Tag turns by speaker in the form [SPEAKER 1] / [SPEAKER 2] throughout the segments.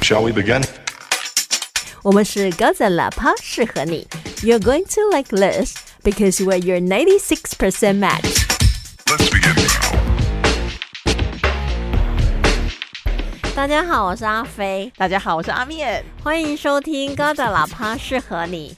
[SPEAKER 1] Shall we begin?
[SPEAKER 2] 我们是高赞喇叭，适合你。You're going to like this because we're your 96% match.
[SPEAKER 1] Let's begin now.
[SPEAKER 2] 大家好，我是阿飞，
[SPEAKER 3] 大家好，我是阿面。
[SPEAKER 2] 欢迎收听高赞喇叭，适合你。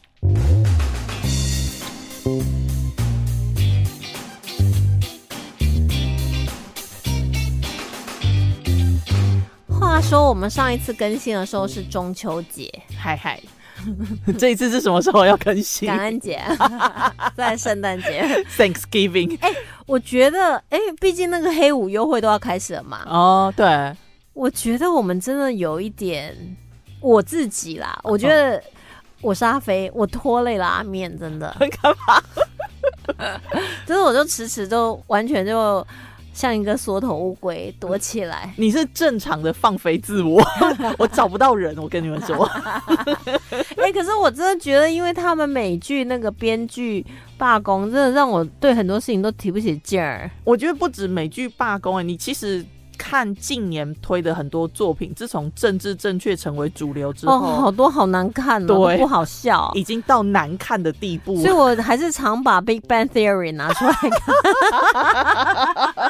[SPEAKER 2] 话说，我们上一次更新的时候是中秋 节、
[SPEAKER 3] 嗨嗨，这一次是什么时候要更新
[SPEAKER 2] 感恩 节，在圣诞节。
[SPEAKER 3] ？Thanksgiving。
[SPEAKER 2] 哎我觉得，哎、毕竟那个黑五优惠都要开始了嘛，
[SPEAKER 3] 哦，对，
[SPEAKER 2] 我觉得我们真的有一点，我自己
[SPEAKER 3] 啊
[SPEAKER 2] 啦，我觉得我是阿飞，我拖累了阿面，真 的，
[SPEAKER 3] 干嘛？
[SPEAKER 2] 就是我就迟迟都完全就像一个缩头乌龟躲起来。
[SPEAKER 3] 你是正常的放飞自我， 我找不到人，我跟你们 说，
[SPEAKER 2] 哎、可是我真的觉得，因为他们美剧那个编剧罢工，真的让我对很多事情都提不起劲儿。
[SPEAKER 3] 我觉得不止美剧罢工、欸，你其实。看近年推的很多作品，自从政治正确成为主流之
[SPEAKER 2] 哦，
[SPEAKER 3] 后，
[SPEAKER 2] 好多好难看哦，
[SPEAKER 3] 对
[SPEAKER 2] 都不好笑。
[SPEAKER 3] 已经到难看的地步
[SPEAKER 2] 所以。我还是常把《Big Bang Theory》拿出来 看。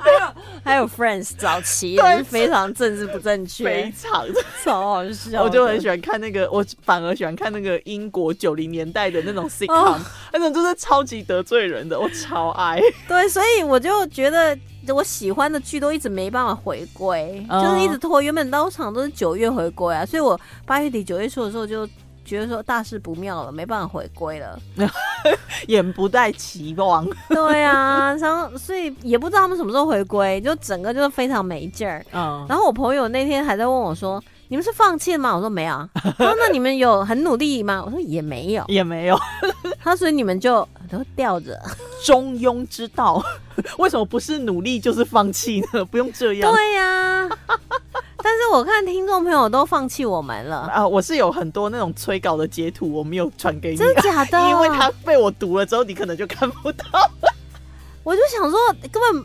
[SPEAKER 2] 还有还有 Friends 早期也是非常政治不正确，
[SPEAKER 3] 非常，
[SPEAKER 2] 超好笑的。
[SPEAKER 3] 我就很喜欢看那个，我反而喜欢看那个英国九零年代的那种 sitcom，、
[SPEAKER 2] 哦
[SPEAKER 3] 那种就是超级得罪人的，我超爱。
[SPEAKER 2] 对，所以我就觉得我喜欢的剧都一直没办法回归，
[SPEAKER 3] 嗯
[SPEAKER 2] 就是一直拖。原本刀场都是九月回归啊，所以我八月底九月初的时候就觉得说大事不妙了，没办法回归 了。
[SPEAKER 3] 眼不带期望。
[SPEAKER 2] 对啊，然后所以也不知道他们什么时候回归，就整个就是非常没劲儿。
[SPEAKER 3] 嗯，
[SPEAKER 2] 然后我朋友那天还在问我说：“你们是放弃了吗？”我说：“没有啊。”他说：“那你们有很努力吗？”我说：“也没有。
[SPEAKER 3] 也没有”
[SPEAKER 2] 他说：“所以你们就都吊着。
[SPEAKER 3] 中庸之道， 为什么不是努力就是放弃呢？ 不用这”样。
[SPEAKER 2] 对呀、但是我看听众朋友都放弃我们了，
[SPEAKER 3] 啊，我是有很多那种催稿的截图，我没有传给你，啊
[SPEAKER 2] 真的假的？
[SPEAKER 3] 因为他被我读了之后，你可能就看不到。
[SPEAKER 2] 我就想说，根本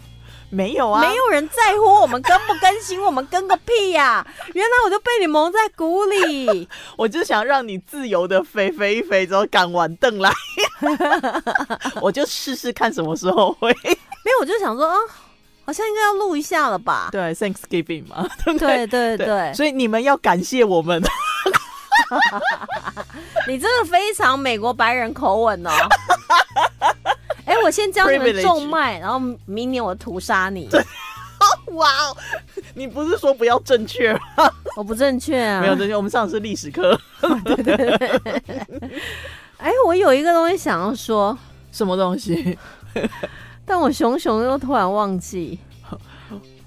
[SPEAKER 3] 没有啊，
[SPEAKER 2] 没。有人在乎我们更不更新，我们更个屁呀、原来我就被你蒙在鼓里。
[SPEAKER 3] 我就想让你自由的飞飞一飞，之后赶完凳 来，我就试试看什么时候 会。
[SPEAKER 2] 没有，我就想说，啊，好像应该要录一下了吧？
[SPEAKER 3] 对，Thanksgiving 嘛，
[SPEAKER 2] 对对对，
[SPEAKER 3] 所以你们要感谢我们。
[SPEAKER 2] 你这个非常美国白人口吻哦。 哎、我先教你们
[SPEAKER 3] Privilege
[SPEAKER 2] 种麦，然后明年我屠杀你。
[SPEAKER 3] 哇哦，你不是说不要正确吗？
[SPEAKER 2] 我不正确啊。
[SPEAKER 3] 没有正确，我们上的是历史课。
[SPEAKER 2] 哎、我有一个东西想要说，
[SPEAKER 3] 什么东西？
[SPEAKER 2] 但我熊熊又突然忘 记。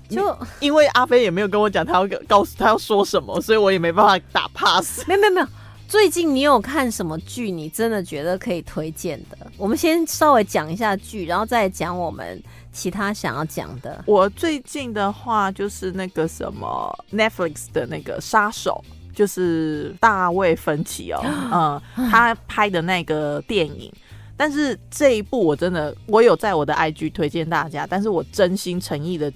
[SPEAKER 2] 就
[SPEAKER 3] 因为阿飞也没有跟我讲他要告诉他要说什么，所以我也没办法打 pass。
[SPEAKER 2] 没有没有没有。最近你有看什么剧？你真的觉得可以推荐的？我们先稍微讲一下剧，然后再讲我们其他想要讲的。
[SPEAKER 3] 我最近的话就是那个什么 Netflix 的那个杀手。就是大卫芬奇 哦，嗯，他拍的那个电影，但是这一部我真的我有在我的 IG 推荐大家，但是我真心诚意的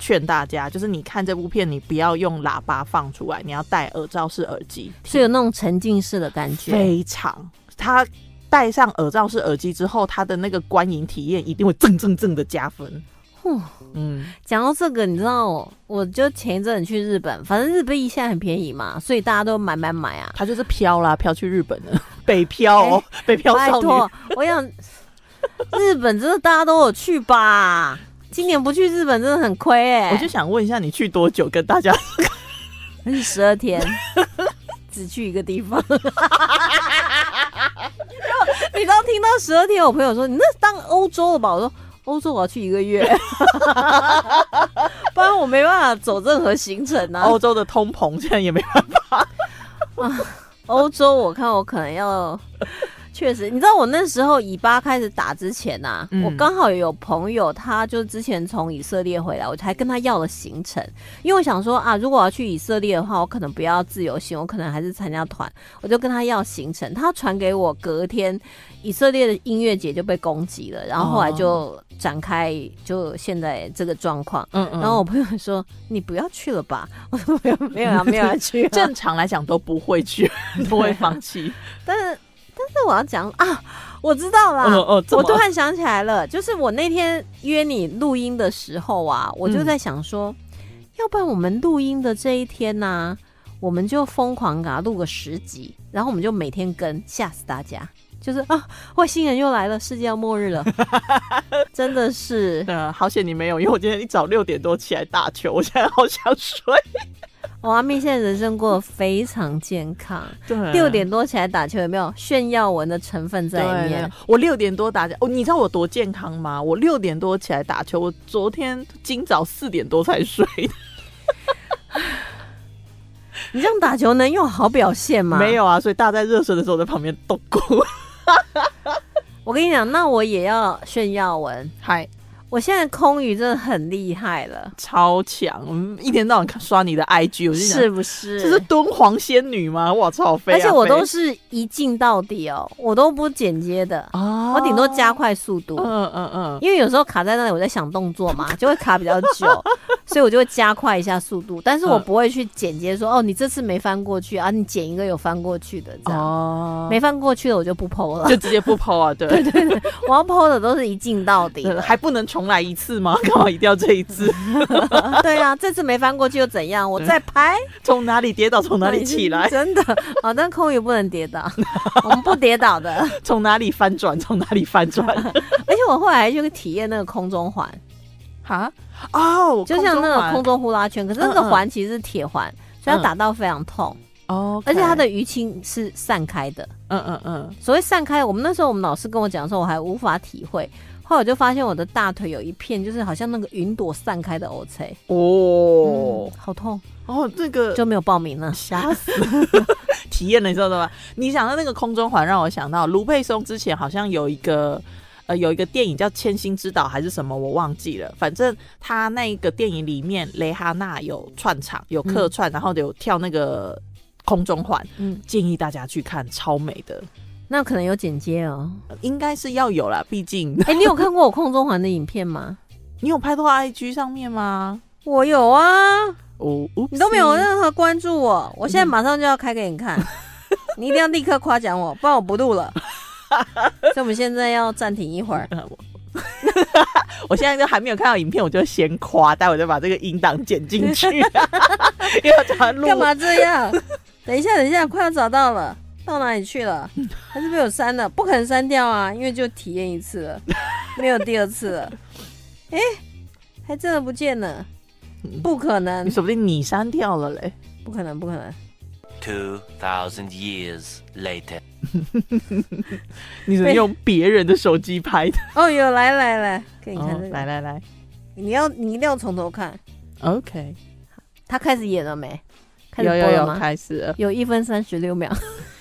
[SPEAKER 3] 劝大家，就是你看这部片，你不要用喇叭放出来，你要戴耳罩式耳机听，
[SPEAKER 2] 是有那种沉浸式的感觉，
[SPEAKER 3] 非常，他戴上耳罩式耳机之后，他的那个观影体验一定会正正正的加分。
[SPEAKER 2] 呼
[SPEAKER 3] 嗯，
[SPEAKER 2] 讲到这个，你知道我，我就前一阵子去日本，反正日币现在很便宜嘛，所以大家都买买买啊。
[SPEAKER 3] 他就是飘啦，飘去日本了， 北漂哦，北漂
[SPEAKER 2] 拜
[SPEAKER 3] 少女
[SPEAKER 2] 托。，我想日本真的大家都有去吧？今年不去日本真的很亏哎、
[SPEAKER 3] 我就想问一下，你去多久？跟 大家
[SPEAKER 2] 而且十二天，只去一个地方。你当听到十二天，我朋友说你那当欧洲了吧？我说欧洲我要去一个月， 不然我没办法走任何行程啊。
[SPEAKER 3] 欧洲的通膨现在也没办法，
[SPEAKER 2] 欧洲，我看我可能要。 确实，你知道我那时候以巴开始打之前呐、
[SPEAKER 3] 嗯
[SPEAKER 2] 我刚好有朋友，他就之前从以色列回来，我还跟他要了行程，因为我想说啊，如果我要去以色列的话，我可能不要自由行，我可能还是参加团，我就跟他要行程。他传给我，隔天以色列的音乐节就被攻击了，然后后来就展开就现在这个状况。
[SPEAKER 3] 嗯嗯
[SPEAKER 2] 然后我朋友说：“你不要去了吧？”我说：“没有，没有啊，没有要去、啊。”
[SPEAKER 3] 正常来讲都不会 去，都会放 弃。
[SPEAKER 2] 但是但是我要讲啊，我知道啦，
[SPEAKER 3] 哦哦怎么
[SPEAKER 2] 我突然想起来了，就是我那天约你录音的时候啊，我就在想说，要不然我们录音的这一天呢、我们就疯狂给他录个十集，然后我们就每天跟，吓死大家。就是啊，外星人又来了，世界要末 日了，真的是
[SPEAKER 3] 嗯，好险你没有，因为我今天一早六点多起来打球，我现在好想睡。
[SPEAKER 2] 我阿妹现在人生过得非常健康，
[SPEAKER 3] 对
[SPEAKER 2] 六点多起来打球有没有炫耀文的成分在里面？
[SPEAKER 3] 对，我六点多打球，哦，你知道我多健康吗？我六点多起来打球，我昨天今早四点多才睡的。
[SPEAKER 2] 你这样打球能有好表现吗？
[SPEAKER 3] 没。有啊，所以大家在热身的时候我在旁边动哭。
[SPEAKER 2] 我跟你讲，那我也要炫耀文。
[SPEAKER 3] 嗨，
[SPEAKER 2] 我现在空余真的很厉害了，
[SPEAKER 3] 超强，嗯一天到晚看刷你的 IG，我就想
[SPEAKER 2] 是，不是？
[SPEAKER 3] 这是敦煌仙女吗？哇操，飞啊、
[SPEAKER 2] 而且我都
[SPEAKER 3] 是
[SPEAKER 2] 是一进到底哦，我都不剪接的，
[SPEAKER 3] 啊
[SPEAKER 2] 我顶多加，快速度。
[SPEAKER 3] 嗯嗯嗯，
[SPEAKER 2] 因为有时候卡在那里，我在想动作 嘛，就会卡比较久，所以我就会加快一下速度，但是我
[SPEAKER 3] 嗯
[SPEAKER 2] 不会去剪接说，哦，你这次没翻过去啊，你剪一个有翻过去的这样，
[SPEAKER 3] 哦
[SPEAKER 2] 没翻过去的我就不剖了，
[SPEAKER 3] 就直接不抛啊，对对对
[SPEAKER 2] 我要剖的都是一进到底的，
[SPEAKER 3] 还不能重来一次吗？ 干嘛一定要这一次？
[SPEAKER 2] 对啊，这次没翻过去又怎样？我再拍，
[SPEAKER 3] 从哪里跌倒从哪里起 来，
[SPEAKER 2] 真的哦，但空也不能跌倒， 我们不跌倒的。
[SPEAKER 3] 从哪里翻转从哪里翻转
[SPEAKER 2] 而且我后来还去体验那个空中环，
[SPEAKER 3] 哈哦，
[SPEAKER 2] 就像那个空
[SPEAKER 3] 中嗯
[SPEAKER 2] 中呼啦圈，可是那个环其实是铁环，所以它打到非常痛，
[SPEAKER 3] 环哦，
[SPEAKER 2] 而且它的淤青是散开的。
[SPEAKER 3] 嗯嗯嗯，
[SPEAKER 2] 所谓散开，我们那时候我们老师跟我讲的时候，我还无法体会。后来我就发现我的大腿有一片，就是好像那个云朵散开的 O C，
[SPEAKER 3] 哦
[SPEAKER 2] 嗯，好痛，
[SPEAKER 3] 哦那个
[SPEAKER 2] 就没有报名了。
[SPEAKER 3] 吓死！体验了你知道吗？你想到那个空中环，让我想到卢佩松之前好像有一个。呃，有一个电影叫《千星之岛》还是什么，我忘记了。反正他那个电影里面，蕾哈娜有串场，有客串，然后有跳那个空中环。
[SPEAKER 2] 嗯，
[SPEAKER 3] 建议大家去看，超美的，
[SPEAKER 2] 那可能有剪接哦。
[SPEAKER 3] 呃应该是要有啦，毕竟
[SPEAKER 2] 哎、你有看过我空中环的影片吗？
[SPEAKER 3] 你有拍到 IG 上面吗？
[SPEAKER 2] 我有啊，
[SPEAKER 3] 哦，
[SPEAKER 2] 你都没有
[SPEAKER 3] oopsie
[SPEAKER 2] 任何关注我，我现
[SPEAKER 3] 嗯
[SPEAKER 2] 在马上就要开给你 看，你一定要立刻夸奖我，不然我不录了。所以我们现在要暂停一会儿。
[SPEAKER 3] 呃我我现在都还没有看到影片，我就先夸，待会再把这个音档剪进 去，啊因为我讲录
[SPEAKER 2] 干嘛这 样？等一下，等一下，快要找到了，到哪里去了？还是被我删了？不可能删掉啊，因为就体验一次 了，没有第二次了。哎、还真的不见了，不可能
[SPEAKER 3] 嗯你，说不定你删掉了嘞。
[SPEAKER 2] 不可能，不可能。
[SPEAKER 4] 2,000 years later.
[SPEAKER 3] 你是
[SPEAKER 2] 对
[SPEAKER 3] 用别人的手机拍的？
[SPEAKER 2] 哦，有来来来，给你看这
[SPEAKER 3] 哦
[SPEAKER 2] 个，
[SPEAKER 3] 来来来
[SPEAKER 2] 你要你一定要从头看。
[SPEAKER 3] ，OK，
[SPEAKER 2] 他开始演了没？开始
[SPEAKER 3] 有
[SPEAKER 2] 播
[SPEAKER 3] 有
[SPEAKER 2] 了
[SPEAKER 3] 有，
[SPEAKER 2] 吗？
[SPEAKER 3] 开始了。
[SPEAKER 2] 有一分三十六秒。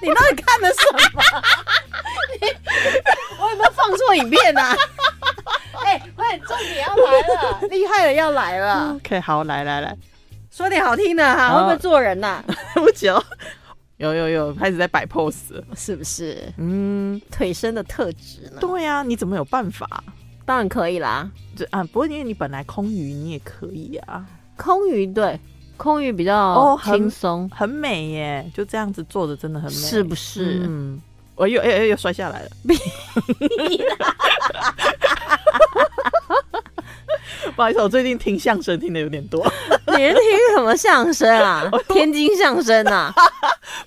[SPEAKER 2] 你到底看了什么？ 你我有没有放错影片啊？ 哎、快，重点要来了，厉害的要来了，
[SPEAKER 3] OK，好，来来来，
[SPEAKER 2] 说点好听的哈、
[SPEAKER 3] 好
[SPEAKER 2] 会不会做人 呐、
[SPEAKER 3] 对不起哦。有有有，开始在摆 pose 了。
[SPEAKER 2] 是不是
[SPEAKER 3] 嗯，
[SPEAKER 2] 腿身的特质呢？
[SPEAKER 3] 对呀、你怎么有办法？
[SPEAKER 2] 当然可以啦，
[SPEAKER 3] 这啊，不过因为你本来空余，你也可以啊，
[SPEAKER 2] 空余对，空余比较
[SPEAKER 3] 哦很
[SPEAKER 2] 轻松，
[SPEAKER 3] 很美耶，就这样子坐着真的很美，
[SPEAKER 2] 是不是？
[SPEAKER 3] 嗯，我又哎哎又摔下 来了，不好意思，我最近听相声听的有点多，
[SPEAKER 2] 你是听什么相声啊？天津相声啊？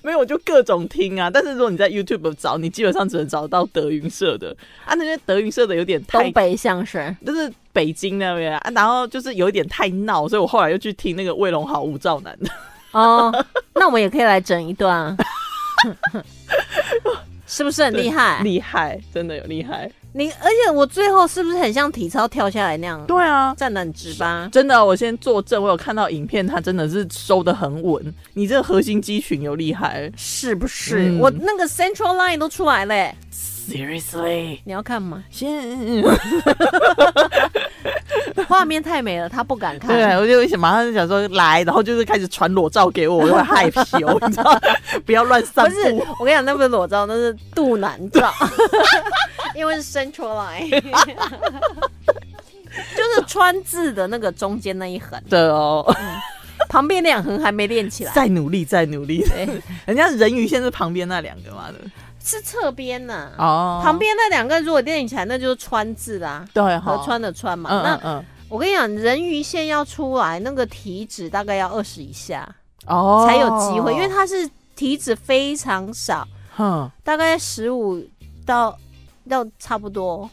[SPEAKER 3] 没有，我就各种听啊。但是如果你在 YouTube 找，你基本上只能找到德云社的啊，那些德云社的有点 太
[SPEAKER 2] 东北相声，
[SPEAKER 3] 就是北京那边啊，然后就是有一点太闹，所以我后来又去听那个卫龙豪吴兆南的，
[SPEAKER 2] 哦，那我们也可以来整一段 啊，是不是很厉害？
[SPEAKER 3] 厉害，真的有厉害。
[SPEAKER 2] 你而且我最后是不是很像体操跳下来那样，
[SPEAKER 3] 对啊，
[SPEAKER 2] 站得很直吧？
[SPEAKER 3] 真的，我先作证，我有看到影片，它真的是收的很稳。你这个核心肌群有厉害
[SPEAKER 2] 是不是？
[SPEAKER 3] 嗯
[SPEAKER 2] 我那个 Central Line 都出来嘞、
[SPEAKER 3] ，Seriously，
[SPEAKER 2] 你要看吗？
[SPEAKER 3] 先
[SPEAKER 2] 画面太美了，他不敢看。
[SPEAKER 3] 对，我就想马上就想说来，然后就是开始传裸照给我，我就会害 羞，你知道，不要乱散
[SPEAKER 2] 不是
[SPEAKER 3] 步。，
[SPEAKER 2] 我跟你讲，那不是裸照，那是肚腩 照，因为是伸出来， 就是川字的那个中间那一横，
[SPEAKER 3] 的哦，
[SPEAKER 2] 旁边两横还没练起来，
[SPEAKER 3] 再努力，再 努力。
[SPEAKER 2] 对，
[SPEAKER 3] 人家人鱼线是旁边那两个嘛的
[SPEAKER 2] 是侧边啊呐、
[SPEAKER 3] 哦
[SPEAKER 2] 旁边那两个如果练起来，那就是川字啦。
[SPEAKER 3] 对
[SPEAKER 2] 和
[SPEAKER 3] 哈，
[SPEAKER 2] 川的川嘛，
[SPEAKER 3] 嗯嗯
[SPEAKER 2] 那
[SPEAKER 3] 嗯，
[SPEAKER 2] 我跟你讲，人鱼线要出来，那个体脂大概要二十以下
[SPEAKER 3] 哦，
[SPEAKER 2] 才有机会，因为它是体脂非常少，
[SPEAKER 3] 哼
[SPEAKER 2] 大概十五到到差不 多，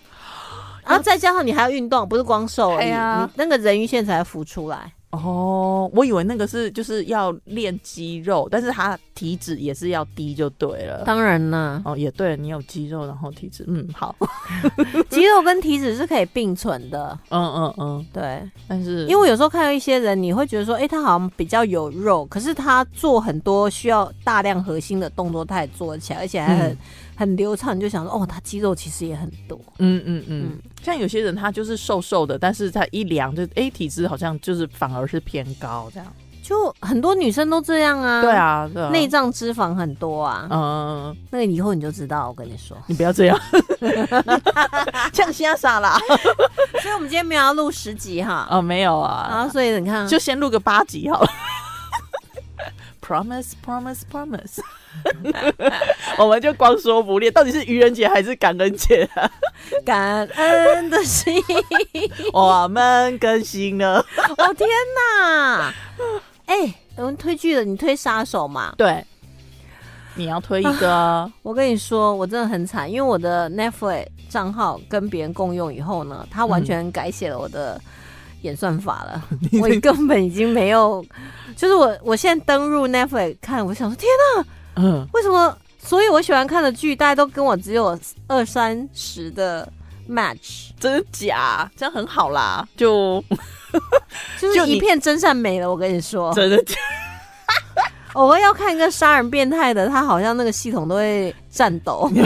[SPEAKER 2] 然后再加上你还要运动，不是光瘦而已，
[SPEAKER 3] 哎呀
[SPEAKER 2] 你那个人鱼线才浮出来。
[SPEAKER 3] 哦，我以为那个是就是要练肌肉，但是他体脂也是要低就对了。
[SPEAKER 2] 当然啦，
[SPEAKER 3] 哦，也对，你有肌肉，然后体脂，嗯，好，
[SPEAKER 2] 肌肉跟体脂是可以并存的，
[SPEAKER 3] 嗯嗯嗯，
[SPEAKER 2] 对，
[SPEAKER 3] 但是
[SPEAKER 2] 因为我有时候看到一些人，你会觉得说，哎、他好像比较有肉，可是他做很多需要大量核心的动作，他也做得起来，而且还很、
[SPEAKER 3] 嗯
[SPEAKER 2] 很流畅，你就想说，哦，他肌肉其实也很多，
[SPEAKER 3] 嗯嗯
[SPEAKER 2] 嗯
[SPEAKER 3] 嗯，像有些人他就是瘦瘦的，但是他一量就哎、体脂好像就是反而是偏高这样。
[SPEAKER 2] 就很多女生都这样啊，
[SPEAKER 3] 对，啊，对啊，
[SPEAKER 2] 内脏脂肪很多啊，
[SPEAKER 3] 嗯，
[SPEAKER 2] 那个以后你就知道，我跟你说。
[SPEAKER 3] 你不要 这样，像瞎傻啦。
[SPEAKER 2] 所以我们今天没有要录十集哈，
[SPEAKER 3] 哦，没有
[SPEAKER 2] 啊，
[SPEAKER 3] 啊，
[SPEAKER 2] 所以你看，
[SPEAKER 3] 就先录个八集好了。promise, promise, promise 。 我们就光说不练，到底是愚人节还是感恩节、啊？
[SPEAKER 2] 感恩的心，
[SPEAKER 3] 我们更新了。
[SPEAKER 2] 哦天 哪！哎、我们推剧了，你推杀手嘛？
[SPEAKER 3] 对，你要推一个，
[SPEAKER 2] 我跟你说，我真的很惨，因为我的 Netflix 账号跟别人共用以后呢，它完全改写了我的演算法 了。我根本已经没有，就是我我现在登入 Netflix 看，我想说天哪，
[SPEAKER 3] 嗯，
[SPEAKER 2] 为什么所以我喜欢看的剧，大家都跟我只有二三十的 match，
[SPEAKER 3] 真的假？这样很好啦，就
[SPEAKER 2] 就
[SPEAKER 3] 就是你
[SPEAKER 2] 一片真善美了。我跟你说，
[SPEAKER 3] 真的假？
[SPEAKER 2] 偶尔要看一个杀人变态的，他好像那个系统都会颤抖。 你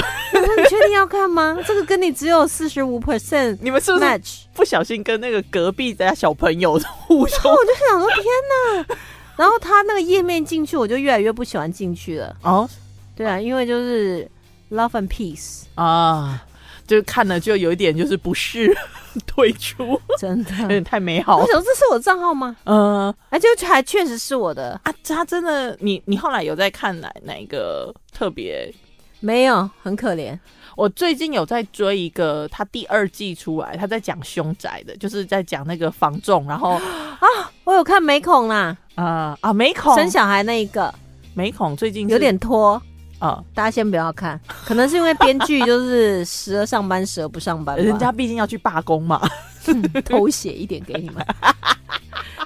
[SPEAKER 2] 确定要看吗？这个跟你只有四十五 percent
[SPEAKER 3] 你们是不是
[SPEAKER 2] match。
[SPEAKER 3] 不小心跟那个隔壁家小朋友互
[SPEAKER 2] 然
[SPEAKER 3] 冲
[SPEAKER 2] 后？我就想说，天哪！然后他那个页面进去，我就越来越不喜欢进去了。
[SPEAKER 3] 哦
[SPEAKER 2] 对啊，因为就是 love and peace，
[SPEAKER 3] 啊，就看了就有一点就是不适 退出，
[SPEAKER 2] 真的。
[SPEAKER 3] 有点太美好
[SPEAKER 2] 我。想说这是我账号吗？
[SPEAKER 3] 嗯
[SPEAKER 2] 而且还确实是我的，
[SPEAKER 3] 啊，他真的，你你后来有在看哪哪一个特别？
[SPEAKER 2] 没有，很可怜。
[SPEAKER 3] 我最近有在追一个，他第二季出来，他在讲凶宅的，就是在讲那个房仲，然 后
[SPEAKER 2] 我有看美孔啦，
[SPEAKER 3] 啊啊美孔
[SPEAKER 2] 生小孩那一个
[SPEAKER 3] 美孔最近是
[SPEAKER 2] 有点拖，
[SPEAKER 3] 啊，
[SPEAKER 2] 大家先不要看，可能是因为编剧就是时而上班，时而不上班吧，
[SPEAKER 3] 人家毕竟要去罢工嘛，
[SPEAKER 2] 偷写一点给你 们，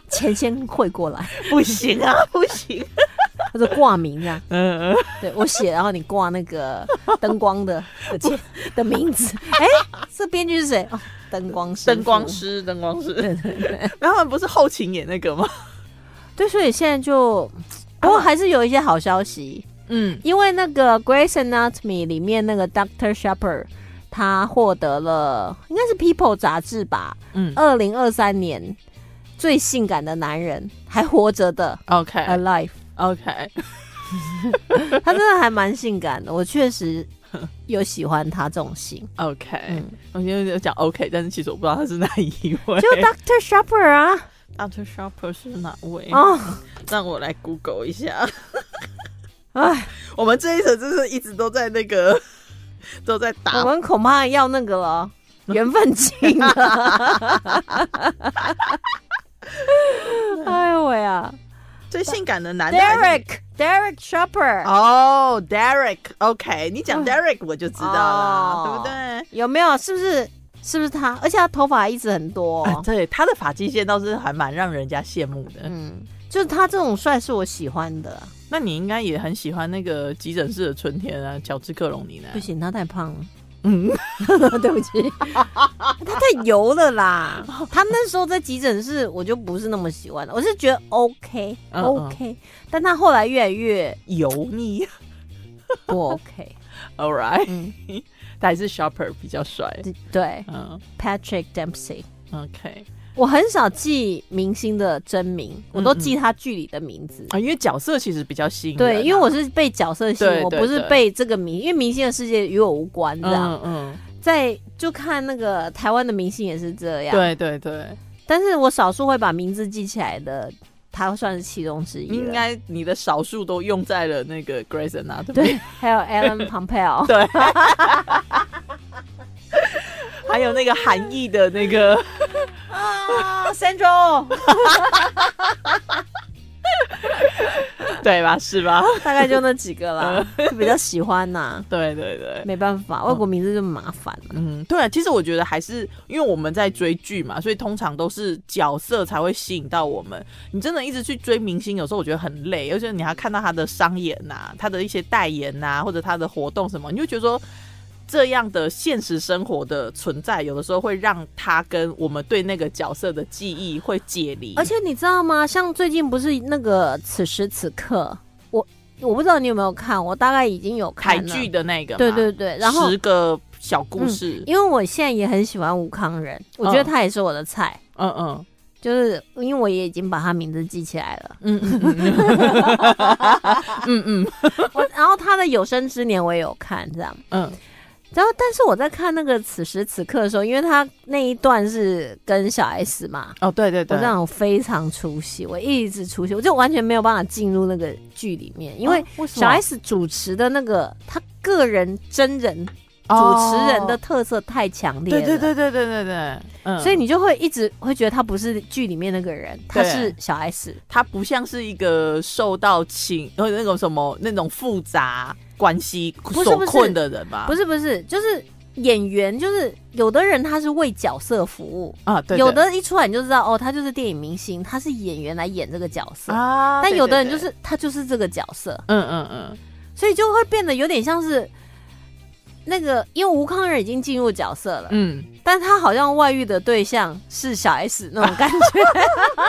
[SPEAKER 2] 钱先汇过来，
[SPEAKER 3] 不行 啊，不行，
[SPEAKER 2] 或者挂名这样。
[SPEAKER 3] 嗯，
[SPEAKER 2] 对我写，然后你挂那个灯光的的签 的名字。哎、这编剧是谁？哦，灯光师，
[SPEAKER 3] 灯光。师，灯光师，然后他们不是后勤演那个吗？
[SPEAKER 2] 对，所以现在就，不过还是有一些好消息，
[SPEAKER 3] 嗯，
[SPEAKER 2] 因为那个《Grey's Anatomy》里面那个 Doctor Shepard，他获得了应该是《People》杂志吧，
[SPEAKER 3] 嗯
[SPEAKER 2] 二零二三年最性感的男人，还活着的
[SPEAKER 3] 嗯 OK
[SPEAKER 2] Alive，
[SPEAKER 3] OK，
[SPEAKER 2] 他真的还蛮性感的，我确实有喜欢他这种型。
[SPEAKER 3] OK，
[SPEAKER 2] 嗯，
[SPEAKER 3] 我现在讲 OK，但是其实我不知道他是哪一位。
[SPEAKER 2] 就 Doctor Shepard 啊，
[SPEAKER 3] Doctor Shopper 是哪位？
[SPEAKER 2] 哦。
[SPEAKER 3] 让我来 Google 一下。
[SPEAKER 2] 唉，
[SPEAKER 3] 我们这一层就是一直都在那个 都在
[SPEAKER 2] 我
[SPEAKER 3] 打
[SPEAKER 2] 们恐怕要那个了， 缘分尽了。哎呦喂啊！
[SPEAKER 3] 最性感的男的还是女
[SPEAKER 2] Derek Derek Shopper，、
[SPEAKER 3] 哦、d e r e k o k 你讲 Derek 我就知道啦，
[SPEAKER 2] 哦
[SPEAKER 3] 对不对？
[SPEAKER 2] 有没有？是不是？是不是他？而且他头发一直很多、
[SPEAKER 3] 啊，对，他的发际线倒是还蛮让人家羡慕的。
[SPEAKER 2] 嗯，就是他这种帅是我喜欢的。
[SPEAKER 3] 那你应该也很喜欢那个急诊室的春天啊，乔治克隆尼呢？
[SPEAKER 2] 不行，他太 胖了，
[SPEAKER 3] 嗯，
[SPEAKER 2] 对不起， 他太油了 啦。
[SPEAKER 3] 哦
[SPEAKER 2] 他那时候在急诊室，我就不是那么喜欢了，我是觉得 OK
[SPEAKER 3] 嗯嗯
[SPEAKER 2] OK，但他后来越来越
[SPEAKER 3] 油 腻。
[SPEAKER 2] 不 OK。
[SPEAKER 3] All right，
[SPEAKER 2] 嗯，
[SPEAKER 3] 他还是 Shopper 比较帅。
[SPEAKER 2] 对对
[SPEAKER 3] 嗯
[SPEAKER 2] ，Patrick Dempsey。
[SPEAKER 3] ，OK
[SPEAKER 2] 我很少记明星的真
[SPEAKER 3] 嗯
[SPEAKER 2] 名，我都记他剧里的名字。
[SPEAKER 3] 啊，因为角色其实比较吸引人啊、
[SPEAKER 2] 对，因为我是被角色吸引，
[SPEAKER 3] 对
[SPEAKER 2] 我
[SPEAKER 3] 对
[SPEAKER 2] 不是
[SPEAKER 3] 对
[SPEAKER 2] 被这个明，因为明星的世界与我无关，这样。
[SPEAKER 3] 嗯嗯，
[SPEAKER 2] 在就看那个台湾的明星也是这样，。
[SPEAKER 3] 对对对，
[SPEAKER 2] 但是我少数会把名字记起来的，他算是其中之一了。
[SPEAKER 3] 应该你的少数都用在了那个啊 Grey's Anatomy，
[SPEAKER 2] 对，还有 Alan Pompeo，
[SPEAKER 3] 对，还有那个韩裔的那个。
[SPEAKER 2] 啊，Sandro，
[SPEAKER 3] 对吧？是吧？
[SPEAKER 2] 大概就那几个啦，就比较喜欢呐。
[SPEAKER 3] 对对对，
[SPEAKER 2] 没办法，外国名字就麻烦了。
[SPEAKER 3] 嗯，对啊。其实我觉得还是因为我们在追剧嘛，所以通常都是角色才会吸引到我们。你真的一直去追明星，有时候我觉得很累，而且你还看到他的商演呐、他的一些代言呐、或者他的活动什么，你就觉得说。这样的现实生活的存在，有的时候会让他跟我们对那个角色的记忆会解离，
[SPEAKER 2] 而且你知道吗？像最近不是那个此时此刻，我我不知道你有没有看，我大概已经有看
[SPEAKER 3] 台
[SPEAKER 2] 了
[SPEAKER 3] 剧，的那个嘛，
[SPEAKER 2] 对对对，然后嗯
[SPEAKER 3] 十个小故事，
[SPEAKER 2] 因为我现在也很喜欢吴康仁，我觉得他也是我的菜，
[SPEAKER 3] 嗯嗯
[SPEAKER 2] 就是因为我也已经把他名字记起来 了。
[SPEAKER 3] 嗯嗯嗯嗯嗯嗯
[SPEAKER 2] 我然后他的有生之年我也有看，这样。
[SPEAKER 3] 嗯，
[SPEAKER 2] 然后但是我在看那个此时此刻的时候，因为他那一段是跟小 S 嘛，
[SPEAKER 3] 哦，对对
[SPEAKER 2] 我
[SPEAKER 3] 对，
[SPEAKER 2] 那种非常出戏，我一直出戏，我就完全没有办法进入那个剧里面，因为
[SPEAKER 3] 啊为什
[SPEAKER 2] 小
[SPEAKER 3] 么
[SPEAKER 2] S 主持的那个他个人真人主持人的啊
[SPEAKER 3] 哦
[SPEAKER 2] 特色太强烈了。
[SPEAKER 3] 对对对对对对对，嗯，
[SPEAKER 2] 所以你就会一直会觉得他不是剧里面那个人，他
[SPEAKER 3] 对
[SPEAKER 2] 是小 S。
[SPEAKER 3] 他不像是一个受到情呃那种什么那种复杂关系
[SPEAKER 2] 是
[SPEAKER 3] 所
[SPEAKER 2] 不是
[SPEAKER 3] 困的人吧？
[SPEAKER 2] 不
[SPEAKER 3] 是
[SPEAKER 2] 是不是，就是演员，就是有的人他是为角色服务，
[SPEAKER 3] 啊，对，对
[SPEAKER 2] 有的一出来你就知道哦，他就是电影明星，他是演员来演这个角色。
[SPEAKER 3] 啊，
[SPEAKER 2] 但
[SPEAKER 3] 对
[SPEAKER 2] 有的人
[SPEAKER 3] 对
[SPEAKER 2] 就
[SPEAKER 3] 对
[SPEAKER 2] 是他就是这个角色，
[SPEAKER 3] 嗯嗯嗯，
[SPEAKER 2] 所以就会变得有点像是那个，因为吴康仁已经进入角色了，
[SPEAKER 3] 嗯，
[SPEAKER 2] 但他好像外遇的对象是小 S 那种感觉，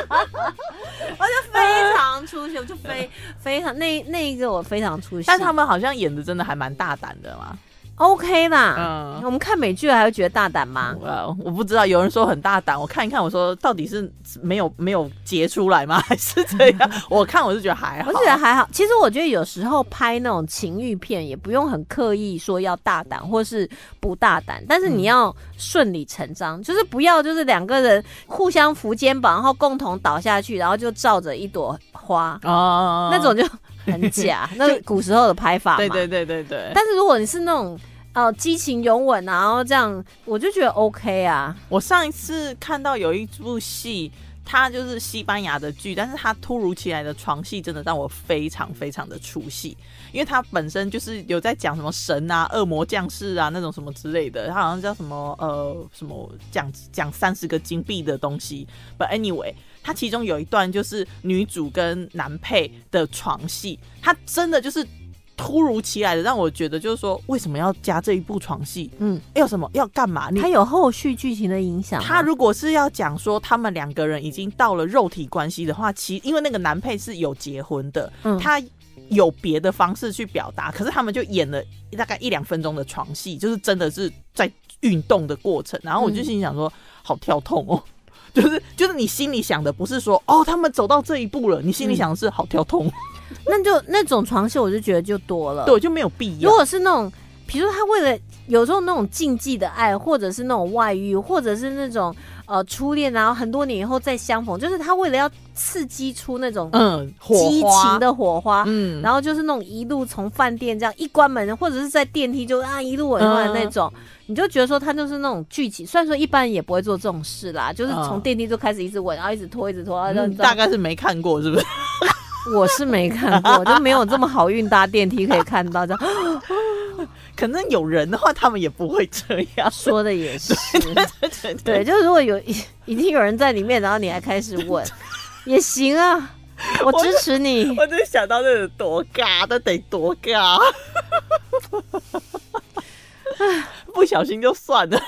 [SPEAKER 2] 我就非常出戏，我就非非常那那一个我非常出戏，
[SPEAKER 3] 但他们好像演的真的还蛮大胆的嘛。
[SPEAKER 2] OK 啦。
[SPEAKER 3] 嗯，
[SPEAKER 2] 我们看美剧还会觉得大胆吗？
[SPEAKER 3] 我我不知道，有人说很大胆，我看一看，我说到底是没有没有截出来吗？还是怎样？ 我看我是觉得还好，
[SPEAKER 2] 我觉得还好。其实我觉得有时候拍那种情欲片也不用很刻意说要大胆或是不大胆，但是你要顺理成章，就是不要就是两个人互相扶肩膀，然后共同倒下去，然后就照着一朵花，
[SPEAKER 3] 哦，
[SPEAKER 2] 那种就很 假，那是古时候的拍法嘛。
[SPEAKER 3] 对对对对对，
[SPEAKER 2] 但是如果你是那种呃激情勇吻啊，然后这样，我就觉得 OK 啊。
[SPEAKER 3] 我上一次看到有一部戏，它就是西班牙的剧，但是它突如其来的床戏真的让我非常非常的出戏，因为它本身就是有在讲什么神啊、恶魔降世啊那种什么之类的，它好像叫什么呃什么讲讲三十个金币的东西。But anyway，它其中有一段就是女主跟男配的床戏，它真的就是。突如其来的让我觉得，就是说，为什么要加这一部床戏？
[SPEAKER 2] 嗯，
[SPEAKER 3] 要什么？要干嘛？你
[SPEAKER 2] 它有后续剧情的影响吗。
[SPEAKER 3] 他如果是要讲说他们两个人已经到了肉体关系的话，其因为那个男配是有结婚的，
[SPEAKER 2] 嗯
[SPEAKER 3] 他有别的方式去表达，可是他们就演了大概一两分钟的床戏，就是真的是在运动的过程。然后我就心里想说，好跳痛哦。就是就是你心里想的不是说哦，他们走到这一步了，你心里想的是好跳痛，
[SPEAKER 2] 那就那种床戏，我就觉得就多了。
[SPEAKER 3] 对，，就没有必
[SPEAKER 2] 如
[SPEAKER 3] 要。
[SPEAKER 2] 果是那种，比如说他为了有时候那种禁忌的爱，或者是那种外遇，或者是那种呃初恋，然后很多年以后再相逢，就是他为了要刺激出那种
[SPEAKER 3] 嗯，火
[SPEAKER 2] 激
[SPEAKER 3] 花
[SPEAKER 2] 情，的火花，
[SPEAKER 3] 嗯，
[SPEAKER 2] 然后就是那种一路从饭店这样一关门，或者是在电梯就啊一路吻吻的那种，你就觉得说他就是那种剧情。虽然说一般人也不会做这种事啦，就是从
[SPEAKER 3] 嗯
[SPEAKER 2] 电梯就开始一直吻，然后一直拖，一直拖，然后啊
[SPEAKER 3] 嗯
[SPEAKER 2] 就
[SPEAKER 3] 大概是没看过，是不是？
[SPEAKER 2] 我是没看过，就没有这么好运搭电梯可以看到。 这样
[SPEAKER 3] 可能有人的话，他们也不会这样。
[SPEAKER 2] 说的也是，
[SPEAKER 3] 对对
[SPEAKER 2] 对，就是如果有已已经有人在里面，然后你还开始 问，也行啊，我支持你。
[SPEAKER 3] 我真想到这有多尬，这得多尬！ 不小心就算了，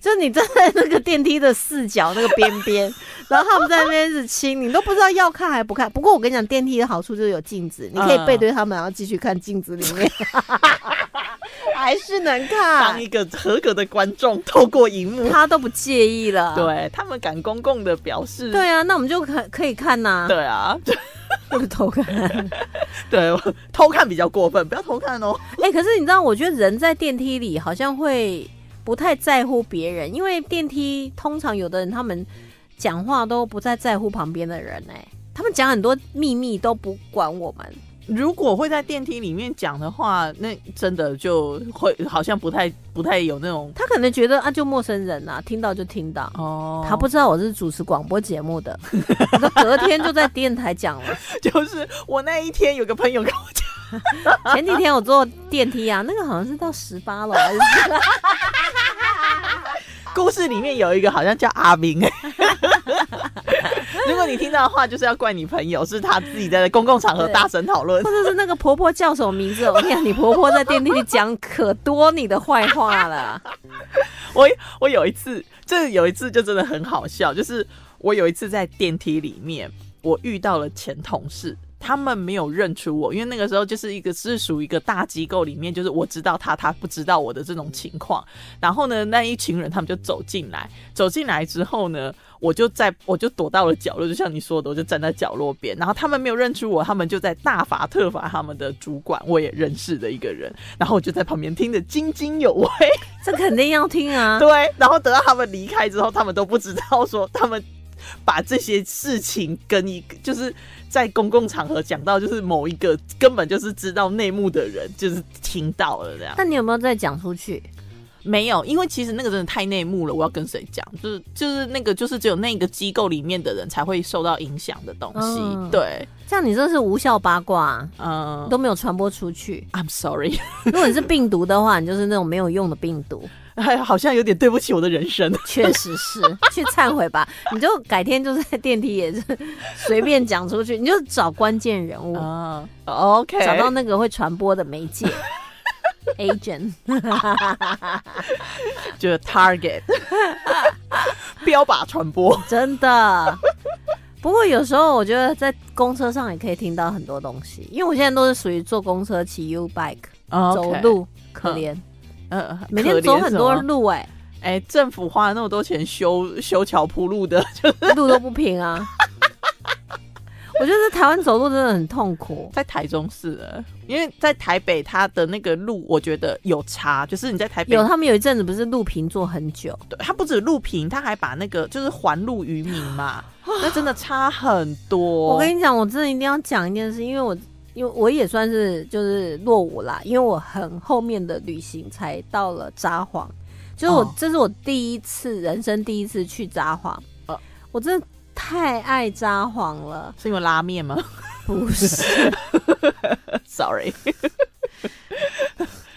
[SPEAKER 2] 就你站在那个电梯的四角那个边边，然后他们在那边是亲，你都不知道要看还不看。不过我跟你讲，电梯的好处就是有镜子，你可以背对他们，然后继续看镜子里面，还是能
[SPEAKER 3] 当
[SPEAKER 2] 看
[SPEAKER 3] 一，个合格的观众，透过荧幕，
[SPEAKER 2] 他都不介意了。
[SPEAKER 3] 对他们敢公共的表示，
[SPEAKER 2] 对啊，那我们就可可以看呐、
[SPEAKER 3] 对啊， 对
[SPEAKER 2] 或者偷看。
[SPEAKER 3] 对，我偷看比较过分，不要偷看哦。
[SPEAKER 2] 哎、可是你知道，我觉得人在电梯里好像会不太在乎别人，因为电梯通常有的人他们讲话都不太在乎旁边的人、哎，他们讲很多秘密都不管我们。
[SPEAKER 3] 如果会在电梯里面讲的话，那真的就会好像不太不太有那种
[SPEAKER 2] 他可能觉得啊，就陌生人啊，听到就听到。
[SPEAKER 3] 哦，
[SPEAKER 2] 他不知道我是主持广播节目的， 我都隔天就在电台讲了。
[SPEAKER 3] 就是我那一天有个朋友跟我讲，
[SPEAKER 2] 前几天我坐电梯啊，那个好像是到十八楼啊还是
[SPEAKER 3] 故事里面有一个好像叫阿明，如果你听到的话，就是要怪你朋友，是他自己在公共场合大声讨论
[SPEAKER 2] 或。者是那个婆婆叫什么名字？我跟你讲，你婆婆在电梯里讲可多你的坏话了。啊
[SPEAKER 3] 我我有一次，这有一次就真的很好笑，就是我有一次在电梯里面，我遇到了前同事。他们没有认出我，因为那个时候就是一个是属于一个大机构里面，就是我知道他，他不知道我的这种情况。然后呢，那一群人他们就走进来，走进来之后呢，我就在我就躲到了角落，就像你说的，我就站在角落边。然后他们没有认出我，他们就在大罚特罚他们的主管，我也认识的一个人。然后我就在旁边听得津津有味。
[SPEAKER 2] 这肯定要听啊！
[SPEAKER 3] 对，然后等到他们离开之后，他们都不知道说他们把这些事情跟一个就是在公共场合讲到，就是某一个根本就是知道内幕的人，就是听到了这样。
[SPEAKER 2] 那你有没有再讲出去？
[SPEAKER 3] 没有，因为其实那个真的太内幕了，我要跟谁讲？就是就是那个就是只有那个机构里面的人才会受到影响的东西。
[SPEAKER 2] 嗯
[SPEAKER 3] 对，
[SPEAKER 2] 这样你真是无效八卦、啊，
[SPEAKER 3] 嗯、
[SPEAKER 2] 都没有传播出去。
[SPEAKER 3] i m sorry，
[SPEAKER 2] 如果你是病毒的话，你就是那种没有用的病毒。
[SPEAKER 3] 哎好像有点对不起我的人生。
[SPEAKER 2] 确实是， 去忏悔吧。你就改天就在电梯也是随便讲出去，你就找关键人物，
[SPEAKER 3] 啊、o k
[SPEAKER 2] 找到那个会传播的媒 介 agent。
[SPEAKER 3] 就是 target，标靶传播。
[SPEAKER 2] 真的。不过有时候我觉得在公车上也可以听到很多东西，因为我现在都是属于坐公车、骑 U bike、
[SPEAKER 3] 哦
[SPEAKER 2] 走，路，可怜，
[SPEAKER 3] 呃，
[SPEAKER 2] 每天走很多。路、
[SPEAKER 3] 哎，政府花了那么多钱修修桥铺路的，
[SPEAKER 2] 哎，路都不平啊。我觉得在台湾走路真的很痛苦，
[SPEAKER 3] 在台中市了，因为在台北它的那个路，我觉得有差，就是你在台哎北
[SPEAKER 2] 有他们有一阵子不是路平坐很久，
[SPEAKER 3] 对它不止路平，它还把那个就是环路渔民 嘛，那真的差很多。
[SPEAKER 2] 我跟你讲，我真的一定要讲一件事，因为我因为我也算是就是落伍啦，因为我很后面的旅行才到了札幌，就是我、
[SPEAKER 3] 哦
[SPEAKER 2] 这是我第一次人生第一次去札幌，
[SPEAKER 3] 哦
[SPEAKER 2] 我真的太爱札幌 了，
[SPEAKER 3] 是因为拉面吗
[SPEAKER 2] 不是
[SPEAKER 3] ？Sorry,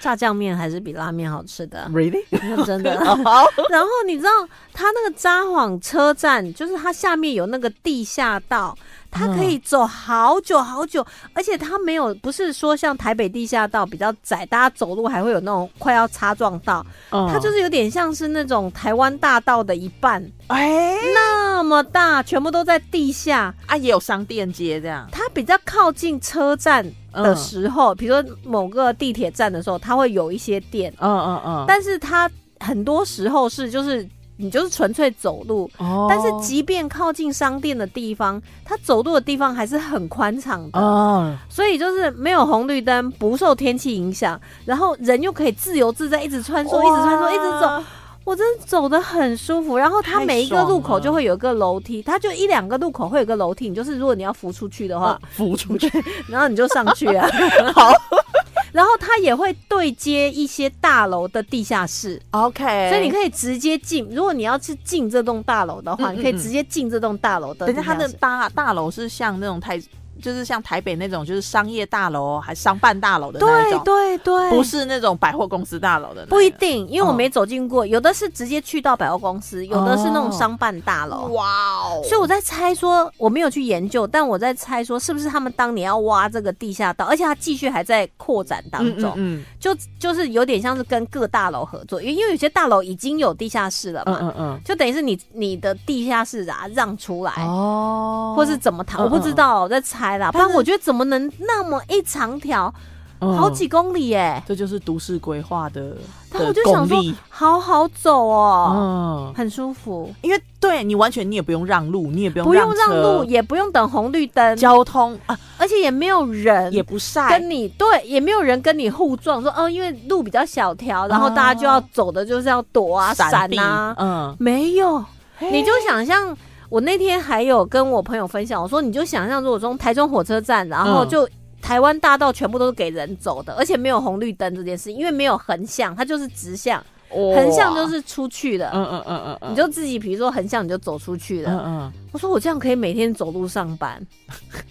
[SPEAKER 2] 炸酱面还是比拉面好吃 的，
[SPEAKER 3] really？
[SPEAKER 2] 真的。
[SPEAKER 3] 好，
[SPEAKER 2] 然后你知道，它那个札幌车站，就是它下面有那个地下道，它可以走好久好久，而且它没有不是说像台北地下道比较窄，大家走路还会有那种快要擦撞到，它
[SPEAKER 3] 它
[SPEAKER 2] 就是有点像是那种台湾大道的一半
[SPEAKER 3] 哎
[SPEAKER 2] 那么大，全部都在地下。
[SPEAKER 3] 啊，也有商店街这样。
[SPEAKER 2] 它比较靠近车站的
[SPEAKER 3] 嗯
[SPEAKER 2] 时候，比如说某个地铁站的时候，它会有一些店，
[SPEAKER 3] 嗯嗯嗯，
[SPEAKER 2] 但是它很多时候是就是你就是纯粹走路。
[SPEAKER 3] 哦
[SPEAKER 2] 但是即便靠近商店的地方，它走路的地方还是很宽敞的，
[SPEAKER 3] 哦，
[SPEAKER 2] 所以就是没有红绿灯，不受天气影响，然后人又可以自由自在一直穿梭，一直穿梭，一直走，
[SPEAKER 3] 哇，
[SPEAKER 2] 我真的走得很舒服。然后它
[SPEAKER 3] 太
[SPEAKER 2] 每一个
[SPEAKER 3] 爽
[SPEAKER 2] 路口
[SPEAKER 3] 了
[SPEAKER 2] 就会有一个楼梯，它就一两个路口会有一个楼 梯，你就是如果你要扶出去的话，
[SPEAKER 3] 浮出去，
[SPEAKER 2] 然后你就上去啊。
[SPEAKER 3] 哦 好，
[SPEAKER 2] 然后它也会对接一些大楼的地下室，
[SPEAKER 3] OK，
[SPEAKER 2] 所以你可以直接进。如果你要去进这栋大楼的话，
[SPEAKER 3] 嗯嗯
[SPEAKER 2] 你可以直接进这栋大楼的
[SPEAKER 3] 等
[SPEAKER 2] 地
[SPEAKER 3] 一下
[SPEAKER 2] 下室。
[SPEAKER 3] 它的大大楼是像那种台，就是像台北那种，就是商业大楼还商办大楼的那
[SPEAKER 2] 对
[SPEAKER 3] 一种，
[SPEAKER 2] 对对，
[SPEAKER 3] 不是那种百货公司大楼的那一种，
[SPEAKER 2] 不一定，因为我
[SPEAKER 3] 哦
[SPEAKER 2] 没走进过，有的是直接去到百货公司，有的是那种
[SPEAKER 3] 哦
[SPEAKER 2] 商办大楼。
[SPEAKER 3] 哇哦，
[SPEAKER 2] 所以我在猜说，我没有去研究，但我在猜说，是不是他们当年要挖这个地下道，而且它继续还在扩展当
[SPEAKER 3] 嗯
[SPEAKER 2] 中，
[SPEAKER 3] 嗯
[SPEAKER 2] 就就是有点像是跟各大楼合作，因为因为有些大楼已经有地下室了嘛，
[SPEAKER 3] 嗯嗯嗯
[SPEAKER 2] 就等于是你你的地下室啊让出来，
[SPEAKER 3] 嗯，哦
[SPEAKER 2] 或是怎么谈，
[SPEAKER 3] 嗯
[SPEAKER 2] 我不知道，我在猜啦。不
[SPEAKER 3] 但是
[SPEAKER 2] 然我觉得怎么能那么一长条，好，几
[SPEAKER 3] 嗯
[SPEAKER 2] 公里耶、
[SPEAKER 3] 这就是都市规划的
[SPEAKER 2] 但我
[SPEAKER 3] 的
[SPEAKER 2] 就想
[SPEAKER 3] 功
[SPEAKER 2] 说
[SPEAKER 3] 力，，
[SPEAKER 2] 好好走哦，
[SPEAKER 3] 嗯。
[SPEAKER 2] 很舒服，
[SPEAKER 3] 因为对你完全你也不用让路，你也不用
[SPEAKER 2] 不用让
[SPEAKER 3] 车
[SPEAKER 2] 路，也不用等红绿灯，
[SPEAKER 3] 交通啊
[SPEAKER 2] 而且也没有人，
[SPEAKER 3] 也不晒，
[SPEAKER 2] 跟你对，也没有人跟你互撞，说哦，因为路比较小条，然后大家就要走的就是要躲啊、闪
[SPEAKER 3] 嗯避
[SPEAKER 2] 啊，
[SPEAKER 3] 嗯，
[SPEAKER 2] 没有，你
[SPEAKER 3] 就
[SPEAKER 2] 就想象。我那天还有跟我朋友分享，我说你就想象，如果从台中火车站，然后
[SPEAKER 3] 嗯
[SPEAKER 2] 就台湾大道全部都是给人走的，而且没有红绿灯这件事，因为没有横向，它就是直向，横向就，是出去的，
[SPEAKER 3] 嗯嗯嗯嗯嗯，
[SPEAKER 2] 你就自己比如说横向你就走出去
[SPEAKER 3] 嗯
[SPEAKER 2] 了。
[SPEAKER 3] 嗯，
[SPEAKER 2] 我说我这样可以每天走路上 班，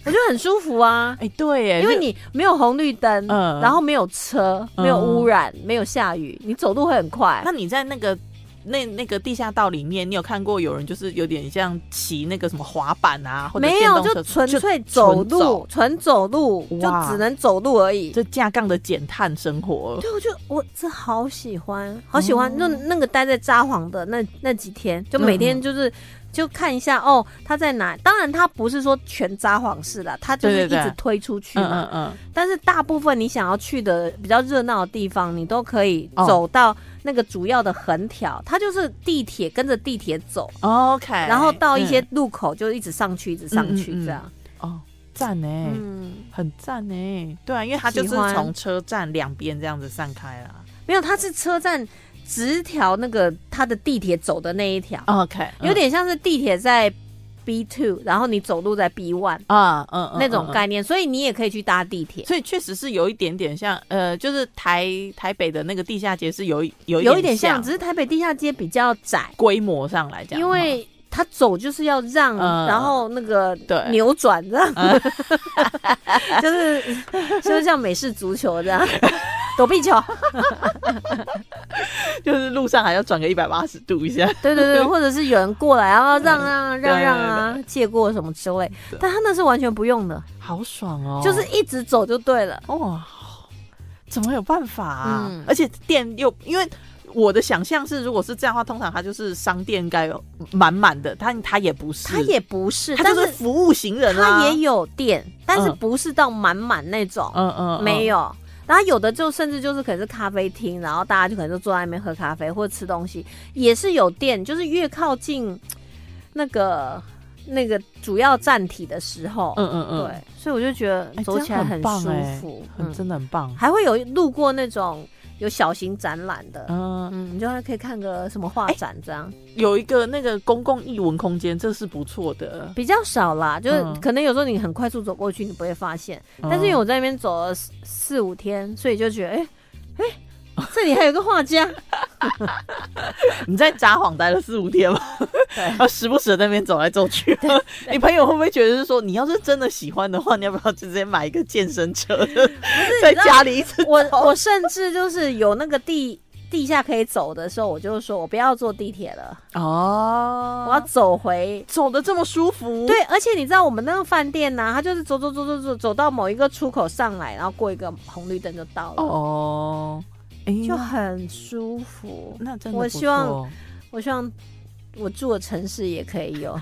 [SPEAKER 2] 我觉得很舒服啊。
[SPEAKER 3] 哎对耶，
[SPEAKER 2] 因为
[SPEAKER 3] 就
[SPEAKER 2] 你没有红绿灯，
[SPEAKER 3] 嗯
[SPEAKER 2] 然后没有车，
[SPEAKER 3] 嗯
[SPEAKER 2] 没有污染，没有下雨，你走路会很快
[SPEAKER 3] 那。你在那个。那那个地下道里面，你有看过有人就是有点像骑那个什么滑板啊，或者
[SPEAKER 2] 没
[SPEAKER 3] 电
[SPEAKER 2] 有，
[SPEAKER 3] 动
[SPEAKER 2] 就
[SPEAKER 3] 车，
[SPEAKER 2] 纯粹走
[SPEAKER 3] 纯
[SPEAKER 2] 路
[SPEAKER 3] 走，
[SPEAKER 2] 纯走路，就
[SPEAKER 3] 哇
[SPEAKER 2] 只能走路而已。
[SPEAKER 3] 这架杠的减碳生活，
[SPEAKER 2] 对，我就我这好喜欢，好喜欢。
[SPEAKER 3] 哦
[SPEAKER 2] 那那个待在札幌的那那几天，就每天
[SPEAKER 3] 嗯
[SPEAKER 2] 就是、就看一下哦，他在哪。当然，他不是说全札幌市啦，他就是
[SPEAKER 3] 对
[SPEAKER 2] 一
[SPEAKER 3] 对对
[SPEAKER 2] 直推出去
[SPEAKER 3] 嗯
[SPEAKER 2] 嘛。
[SPEAKER 3] 嗯嗯，
[SPEAKER 2] 但是大部分你想要去的比较热闹的地方，你都可以
[SPEAKER 3] 哦
[SPEAKER 2] 走到那个主要的横条，它就是地铁跟着地铁走，
[SPEAKER 3] OK，
[SPEAKER 2] 然后到一些
[SPEAKER 3] 嗯
[SPEAKER 2] 路口就一直上去，一直上去
[SPEAKER 3] 嗯嗯嗯
[SPEAKER 2] 这样。
[SPEAKER 3] 哦，赞呢、
[SPEAKER 2] 嗯，
[SPEAKER 3] 很赞呢，对啊，因为它就是
[SPEAKER 2] 喜欢
[SPEAKER 3] 从车站两边这样子散开啦。
[SPEAKER 2] 没有，它是车站直条那个它的地铁走的那一条，
[SPEAKER 3] OK，
[SPEAKER 2] 有点像是地铁在 B two，然后你走路在 B one
[SPEAKER 3] 啊，嗯，嗯
[SPEAKER 2] 那种。
[SPEAKER 3] 嗯
[SPEAKER 2] 概念，所以你也可以去搭地铁
[SPEAKER 3] 嗯。所以确实是有一点点像，呃，就是台台北的那个地下街是有一有
[SPEAKER 2] 有
[SPEAKER 3] 一
[SPEAKER 2] 一点像，
[SPEAKER 3] 像，
[SPEAKER 2] 只是台北地下街比较窄，
[SPEAKER 3] 规模上来讲，
[SPEAKER 2] 因为他走就是要让，
[SPEAKER 3] 哦嗯
[SPEAKER 2] 然后那个
[SPEAKER 3] 对嗯
[SPEAKER 2] 扭转这样， 就是就是像美式足球这 样。躲避球，
[SPEAKER 3] 哈就是路上还要转个一百八十度一下，
[SPEAKER 2] 对对 对，或者是有人过来，然后让
[SPEAKER 3] 嗯
[SPEAKER 2] 啊让让啊，借过什么之类，
[SPEAKER 3] 对
[SPEAKER 2] 但他那是完全不用的，
[SPEAKER 3] 好爽哦！
[SPEAKER 2] 就是一直走就对了。
[SPEAKER 3] 哇，怎么有办法、啊？
[SPEAKER 2] 嗯
[SPEAKER 3] 而且店又因为。我的想象是，如果是这样的话，通常它就是商店该有满满的，但它也不是，
[SPEAKER 2] 他也不是，
[SPEAKER 3] 它
[SPEAKER 2] 但
[SPEAKER 3] 就是
[SPEAKER 2] 是
[SPEAKER 3] 服务行人啊，
[SPEAKER 2] 他也有店，但是
[SPEAKER 3] 嗯
[SPEAKER 2] 不是到满满那种，
[SPEAKER 3] 嗯嗯，嗯
[SPEAKER 2] 没，有。然后有的就甚至就是可能是咖啡厅，然后大家就可能就坐在那边喝咖啡或者吃东西，也是有店，就是越靠近那个那个主要站体的时候，
[SPEAKER 3] 嗯嗯嗯，
[SPEAKER 2] 对，所以我就觉得
[SPEAKER 3] 哎
[SPEAKER 2] 走起来很
[SPEAKER 3] 这样
[SPEAKER 2] 舒
[SPEAKER 3] 很棒哎
[SPEAKER 2] 服，
[SPEAKER 3] 很真的很棒
[SPEAKER 2] 嗯，。还会有路过那种有小型展览的，
[SPEAKER 3] 嗯，
[SPEAKER 2] 嗯，你就还可以看个什么画展这样，
[SPEAKER 3] 有一个那个公共艺文空间，这是不错的。
[SPEAKER 2] 比较少啦，就是
[SPEAKER 3] 嗯
[SPEAKER 2] 可能有时候你很快速走过去，你不会发现，
[SPEAKER 3] 嗯
[SPEAKER 2] 但是因为我在那边走了四四五天，所以就觉得，哎、哎、这里还有个画 家，
[SPEAKER 3] 你在札幌待了四五天嘛， 然后时不时地在那边走来走去。你朋友会不会觉得是说，你要是真的喜欢的话，你要不要直接买一个健身车，在家里一直
[SPEAKER 2] 我我甚至就是有那个地地下可以走的时候，我就说我不要坐地铁了，
[SPEAKER 3] 哦
[SPEAKER 2] 我要走回。
[SPEAKER 3] 走的这么舒服，
[SPEAKER 2] 对，而且你知道我们那个饭店呢、它就是走走走走走走到某一个出口上来，然后过一个红绿灯就到了，
[SPEAKER 3] 哦，哎，
[SPEAKER 2] 就很舒服。
[SPEAKER 3] 那真的
[SPEAKER 2] 我
[SPEAKER 3] 不
[SPEAKER 2] 希望
[SPEAKER 3] 错
[SPEAKER 2] 我希望我住的城市也可以有，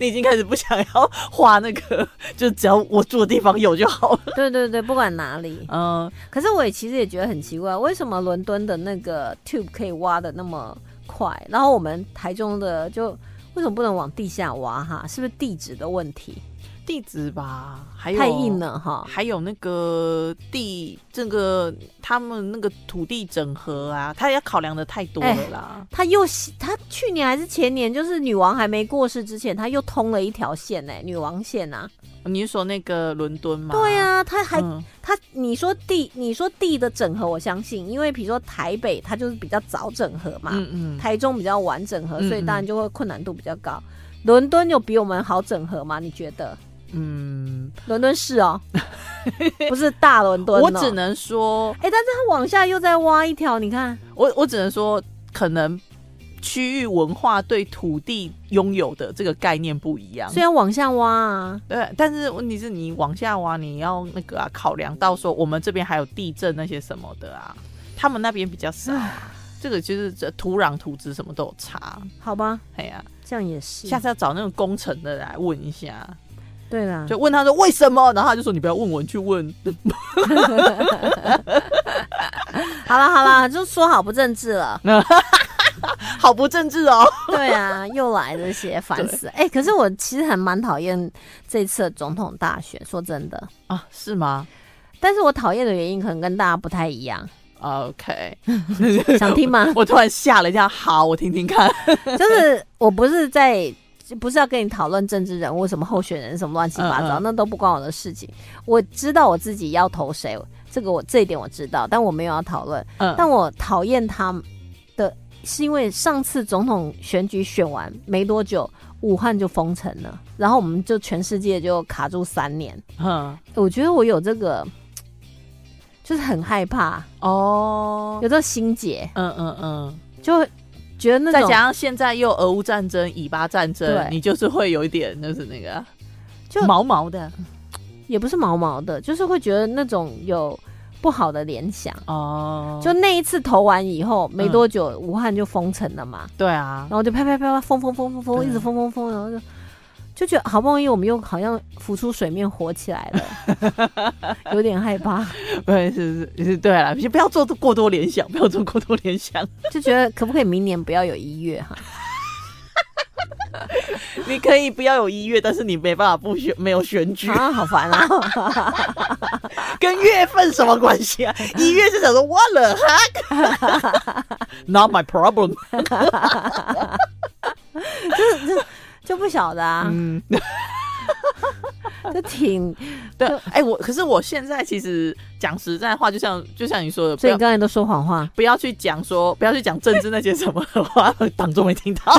[SPEAKER 3] 你已经开始不想要花那个，就只要我住的地方有就好了。
[SPEAKER 2] 对对对，不管哪里。
[SPEAKER 3] 嗯，
[SPEAKER 2] 可是我也其实也觉得很奇怪，为什么伦敦的那个 tube 可以挖的那么快，然后我们台中的就为什么不能往地下挖哈？是不是地址的问题
[SPEAKER 3] 地址吧，还有
[SPEAKER 2] 太硬了哈？
[SPEAKER 3] 还有那个地，这个他们那个土地整合啊，他要考量的太多了啦。
[SPEAKER 2] 他又他去哎年还是前年，就是女王还没过世之前，他又通了一条线呢、女王线啊，
[SPEAKER 3] 你是说那个伦敦吗？
[SPEAKER 2] 对啊，他还、
[SPEAKER 3] 嗯
[SPEAKER 2] 他你说地你说地的整合，我相信，因为比如说台北它就是比较早整合嘛，
[SPEAKER 3] 嗯嗯，
[SPEAKER 2] 台中比较晚整合，
[SPEAKER 3] 嗯
[SPEAKER 2] 所以
[SPEAKER 3] 嗯
[SPEAKER 2] 当然就会困难度比较高。伦敦有比我们好整合吗？你觉得？
[SPEAKER 3] 嗯，
[SPEAKER 2] 伦敦是 哦，不是大伦敦、哦。
[SPEAKER 3] 我只能说，
[SPEAKER 2] 哎、但是他往下又再挖一条，你看，
[SPEAKER 3] 我我只能说，可能区域文化对土地拥有的这个概念不一样
[SPEAKER 2] 虽。然往下挖啊，
[SPEAKER 3] 对，但是问题是你往下挖，你要那个啊，考量到说我们这边还有地震那些什么的啊，他们那边比较少啊。这个就是这土壤、土质什么都有差。
[SPEAKER 2] 好吧，
[SPEAKER 3] 哎呀、
[SPEAKER 2] 这样也是。
[SPEAKER 3] 下次要找那种工程的来问一下，
[SPEAKER 2] 对啦，
[SPEAKER 3] 就问他说为什么，然后他就说你不要问我，你去问。
[SPEAKER 2] 好啦好啦， 就说好不政治 了。
[SPEAKER 3] 好不政治哦。
[SPEAKER 2] 对啊，又来这些，烦死了！哎、可是我其实还蛮讨厌这次的总统大选，说真的。
[SPEAKER 3] 啊，是吗
[SPEAKER 2] 但是我讨厌的原因可能跟大家不太一样，
[SPEAKER 3] 啊？OK，
[SPEAKER 2] 想听吗？
[SPEAKER 3] 我突然吓了一跳，好，我听听看。
[SPEAKER 2] 就是我不是在，不是要跟你讨论政治人物、什么候选人、什么乱七八糟，
[SPEAKER 3] 嗯嗯
[SPEAKER 2] 那都不关我的事情。我知道我自己要投谁，这个我这一点我知道，但我没有要讨论。
[SPEAKER 3] 嗯，
[SPEAKER 2] 但我讨厌他们的是因为上次总统选举选完没多久，武汉就封城了，然后我们就全世界就卡住三年。
[SPEAKER 3] 嗯，
[SPEAKER 2] 我觉得我有这个，就是很害怕，
[SPEAKER 3] 哦
[SPEAKER 2] 有，这个心结，
[SPEAKER 3] 嗯嗯嗯，
[SPEAKER 2] 就会觉得那
[SPEAKER 3] 再
[SPEAKER 2] 种
[SPEAKER 3] 加上现在又俄乌战争、以巴战争
[SPEAKER 2] 对，
[SPEAKER 3] 你就是会有一点就是那个啊
[SPEAKER 2] 就
[SPEAKER 3] 毛毛的
[SPEAKER 2] 也不是毛毛的，就是会觉得那种有不好的联想。
[SPEAKER 3] 哦
[SPEAKER 2] 就
[SPEAKER 3] 就
[SPEAKER 2] 那一次投完以后没多久，武汉就封城了嘛，
[SPEAKER 3] 对啊
[SPEAKER 2] 然，后就啪啪啪啪封封封封封，
[SPEAKER 3] 对啊
[SPEAKER 2] 一直封封封，然后就就觉得好不容易我们又好像浮出水面活起来了， 有点害怕，
[SPEAKER 3] 对是是是，对了，就不要做过多联想，不要做过多联想，
[SPEAKER 2] 就觉得可不可以明年不要有一月啊 哈？
[SPEAKER 3] 你可以不要有一月，但是你没办法不选，没有选举，
[SPEAKER 2] 啊，好烦啊！
[SPEAKER 3] 跟月份什么关系啊？一月是想说 what the heck？Not my problem。
[SPEAKER 2] 就不晓得啊，
[SPEAKER 3] 嗯，
[SPEAKER 2] 就挺……
[SPEAKER 3] 对，哎、我可是我现在其实讲实在话，就像就像你说的，不
[SPEAKER 2] 所以
[SPEAKER 3] 要
[SPEAKER 2] 你刚才都说谎话，
[SPEAKER 3] 不要去讲说，不要去讲政治那些什么的话，当中没听到，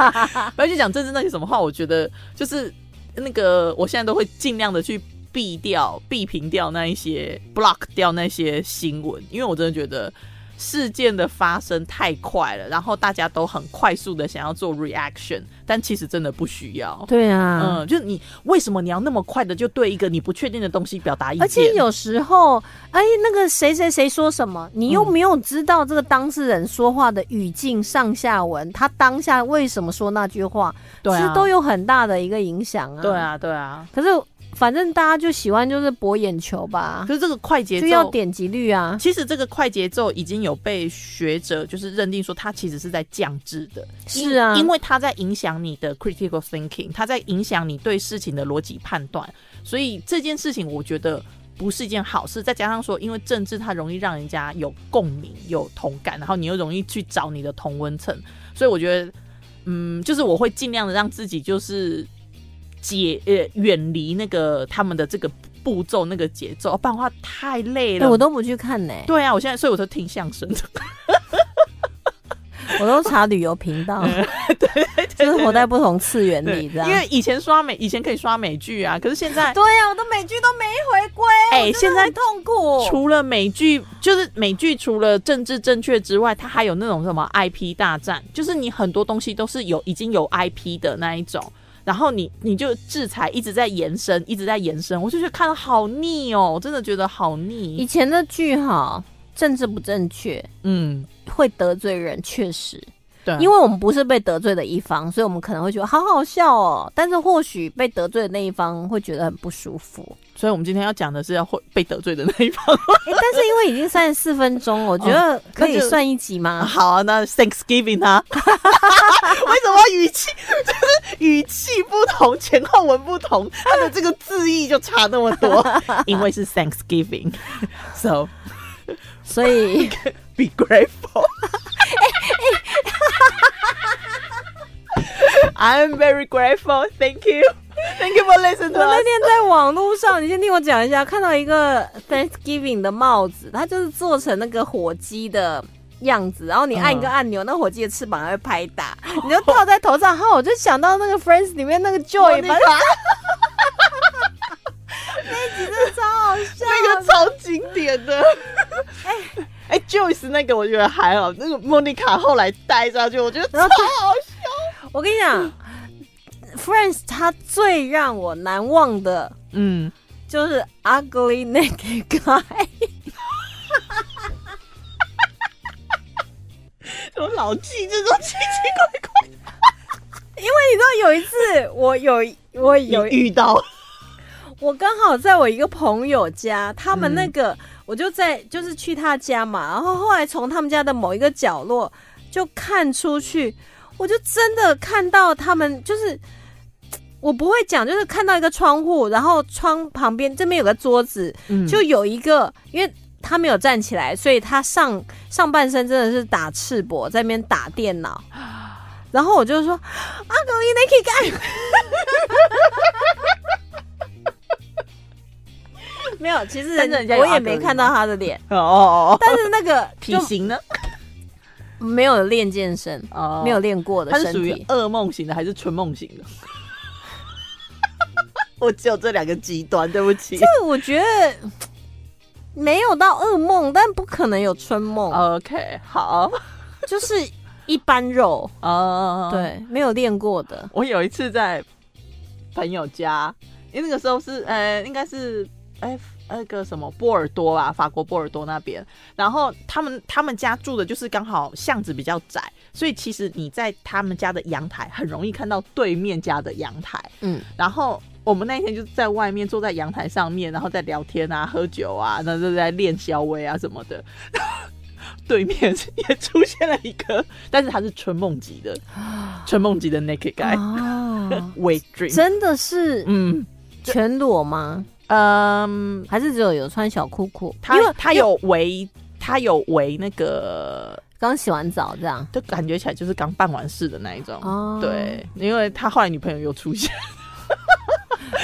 [SPEAKER 3] 不要去讲政治那些什么话。我觉得就是那个，我现在都会尽量的去避掉、避屏掉那一些、block 掉那些新闻，因为我真的觉得事件的发生太快了，然后大家都很快速的想要做 reaction，但其实真的不需要。
[SPEAKER 2] 对啊，
[SPEAKER 3] 嗯，就是你为什么你要那么快的就对一个你不确定的东西表达意见？
[SPEAKER 2] 而且有时候，哎，那个谁谁谁说什么，你又
[SPEAKER 3] 嗯
[SPEAKER 2] 没有知道这个当事人说话的语境、上下文，他当下为什么说那句话，
[SPEAKER 3] 对啊
[SPEAKER 2] 其实都有很大的一个影响啊。
[SPEAKER 3] 对，啊，对啊，
[SPEAKER 2] 可是反正大家就喜欢就是博眼球吧
[SPEAKER 3] 可，是这个快节奏
[SPEAKER 2] 就嗯要点击率啊。
[SPEAKER 3] 其实这个快节奏已经有被学者就是认定说，它其实是在降智的，因
[SPEAKER 2] 是啊
[SPEAKER 3] 因为它在影响你的 critical thinking，它在影响你对事情的逻辑判断，所以这件事情我觉得。不是一件好事，再加上说，因为政治它容易让人家有共鸣、有同感，然后你又容易去找你的同温层，所以我觉得，嗯，就是我会尽量的让自己就是解呃远离那个他们的这个步骤、那个节奏，哦不然的话太累
[SPEAKER 2] 哎、
[SPEAKER 3] 了。
[SPEAKER 2] 我都不去看 呢、
[SPEAKER 3] 对啊，我现在所以我就听相声，
[SPEAKER 2] 我都查旅游频道，就是活在不同次元里这样。
[SPEAKER 3] 因为以前刷美，以前可以刷美剧啊，可是 现在
[SPEAKER 2] 对呀、我的美剧都没回归，
[SPEAKER 3] 哎
[SPEAKER 2] 我真的很
[SPEAKER 3] 现在
[SPEAKER 2] 痛苦。
[SPEAKER 3] 除了美剧，就是美剧除了政治正确之外，它还有那种什么 IP 大战，就是你很多东西都是有已经有 IP 的那一种。然后你你就制裁一直在延伸，一直在延伸，我就觉得看的好腻哦，我真的觉得好
[SPEAKER 2] 以
[SPEAKER 3] 腻。
[SPEAKER 2] 前的剧哈，政治不正确，
[SPEAKER 3] 嗯，
[SPEAKER 2] 会得罪人，确实，
[SPEAKER 3] 对，啊
[SPEAKER 2] 因为我们不是被得罪的一方，所以我们可能会觉得好好笑哦。但是或许被得罪的那一方会觉得很不舒 服。
[SPEAKER 3] 所以我们今天要讲的是要会被得罪的那一方。
[SPEAKER 2] 诶但是因为已经三十四分 钟，我觉得可以
[SPEAKER 3] 那就
[SPEAKER 2] 算一集吗？
[SPEAKER 3] 好啊，那 Thanksgiving 啊， 为什么语气就是语气不同，前后文不同，它的这个字义就差那么多？因为是 Thanksgiving，so
[SPEAKER 2] 所以
[SPEAKER 3] be grateful。I'm very grateful, thank you. Thank you for
[SPEAKER 2] 我
[SPEAKER 3] listening to
[SPEAKER 2] 那
[SPEAKER 3] us。
[SPEAKER 2] 天在网络上，你先听我讲一下，看到一个 Thanksgiving 的帽子，它就是做成那个火鸡的样子，然后你按一个按钮，那火鸡的翅膀还会拍 打，你就套在头上。然后我就想到那个 Friends 里面那个 Joy 吧，那集真的超好笑。
[SPEAKER 3] 那个超经典的。哎、Joyce 那个我觉得还好，那个莫妮卡后来戴下去，我觉得超
[SPEAKER 2] 然后
[SPEAKER 3] 好笑。
[SPEAKER 2] 我跟你讲，Friends 它最让我难忘的
[SPEAKER 3] 嗯，
[SPEAKER 2] 就是 Ugly Naked Guy。
[SPEAKER 3] 我老记这种奇奇怪怪
[SPEAKER 2] 因为你知道有一次，我有一我有
[SPEAKER 3] 有
[SPEAKER 2] 一
[SPEAKER 3] 遇到，
[SPEAKER 2] 我刚好在我一个朋友家，他们
[SPEAKER 3] 嗯
[SPEAKER 2] 那个、我就在就是去他家嘛，然后后来从他们家的某一个角落就看出去，我就真的看到他们就是。我不会讲，就是看到一个窗户，然后窗旁边这边有个桌子，
[SPEAKER 3] 嗯
[SPEAKER 2] 就有一个，因为他没有站起来，所以他上上半身真的是打赤膊，在那边打电 脑。然后我就说：“啊阿狗你 n i k 干。” 没有，其实
[SPEAKER 3] 但是人家有
[SPEAKER 2] 我也
[SPEAKER 3] 阿格
[SPEAKER 2] 没
[SPEAKER 3] 里
[SPEAKER 2] 看到他的脸，
[SPEAKER 3] 哦哦哦，
[SPEAKER 2] 但是那个
[SPEAKER 3] 体
[SPEAKER 2] 就
[SPEAKER 3] 型呢？
[SPEAKER 2] 没有练健身，
[SPEAKER 3] 哦
[SPEAKER 2] 没有，练过的
[SPEAKER 3] 它是
[SPEAKER 2] 身
[SPEAKER 3] 属于
[SPEAKER 2] 体。
[SPEAKER 3] 噩梦型的还是春梦型的？ 我只有这两个极端，对不起。
[SPEAKER 2] 这我觉得没有到噩梦，但不可能有春梦，
[SPEAKER 3] 哦 OK，好，
[SPEAKER 2] 就是一般肉。
[SPEAKER 3] 哦，
[SPEAKER 2] 对，没有练过的。
[SPEAKER 3] 我有一次在朋友家，因为那个时候是呃，应该是哎那个什么波尔多啊，法国波尔多那边。然后他们他们家住的就是刚好巷子比较窄，所以其实你在他们家的阳台很容易看到对面家的阳台。
[SPEAKER 2] 嗯，
[SPEAKER 3] 然后我们那一天就在外面坐在阳台上面，然后在聊天啊、喝酒啊，那就在练小威啊什么的。 对面也出现了一个，但是他是春梦级的，春梦级的 naked guy。
[SPEAKER 2] 啊，
[SPEAKER 3] Wait dream。
[SPEAKER 2] 真的是
[SPEAKER 3] 嗯
[SPEAKER 2] 全裸吗？
[SPEAKER 3] 嗯，
[SPEAKER 2] 还是只有有穿小裤裤？因
[SPEAKER 3] 他
[SPEAKER 2] 为
[SPEAKER 3] 他有围，他有围那个，
[SPEAKER 2] 刚洗完澡这样。
[SPEAKER 3] 就感觉起来就是刚办完事的那一种。
[SPEAKER 2] 哦，
[SPEAKER 3] 对，因为他后来女朋友又出现，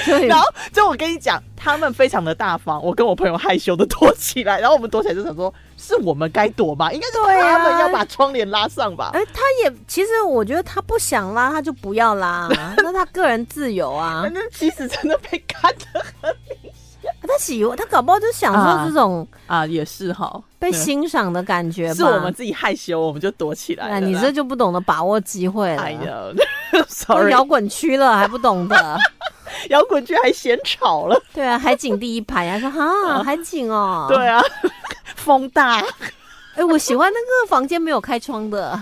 [SPEAKER 2] 所以
[SPEAKER 3] 然后就我跟你讲，他们非常的大方，我跟我朋友害羞的躲起来，然后我们躲起来就想说，是我们该躲吧，应该是
[SPEAKER 2] 对啊
[SPEAKER 3] 他们要把窗帘拉上吧。
[SPEAKER 2] 哎、他也其实我觉得他不想拉，他就不要 拉，那他个人自由啊
[SPEAKER 3] 反。正其实真的被看的
[SPEAKER 2] 他喜欢，他搞不好就享受这种
[SPEAKER 3] 啊，也是哈，
[SPEAKER 2] 被
[SPEAKER 3] 对
[SPEAKER 2] 欣赏的感觉吧。
[SPEAKER 3] 是我们自己害羞，我们就躲起来
[SPEAKER 2] 哎
[SPEAKER 3] 了啦。
[SPEAKER 2] 你这就不懂得把握机会
[SPEAKER 3] 哎
[SPEAKER 2] 了。
[SPEAKER 3] 呀
[SPEAKER 2] 都
[SPEAKER 3] ，sorry，
[SPEAKER 2] 摇滚区了还不懂 得，
[SPEAKER 3] 摇滚区还嫌吵了。
[SPEAKER 2] 对啊，海景第一排，还说哈海景哦，
[SPEAKER 3] 对啊， 风大
[SPEAKER 2] 哎、我喜欢那个房间没有开窗的，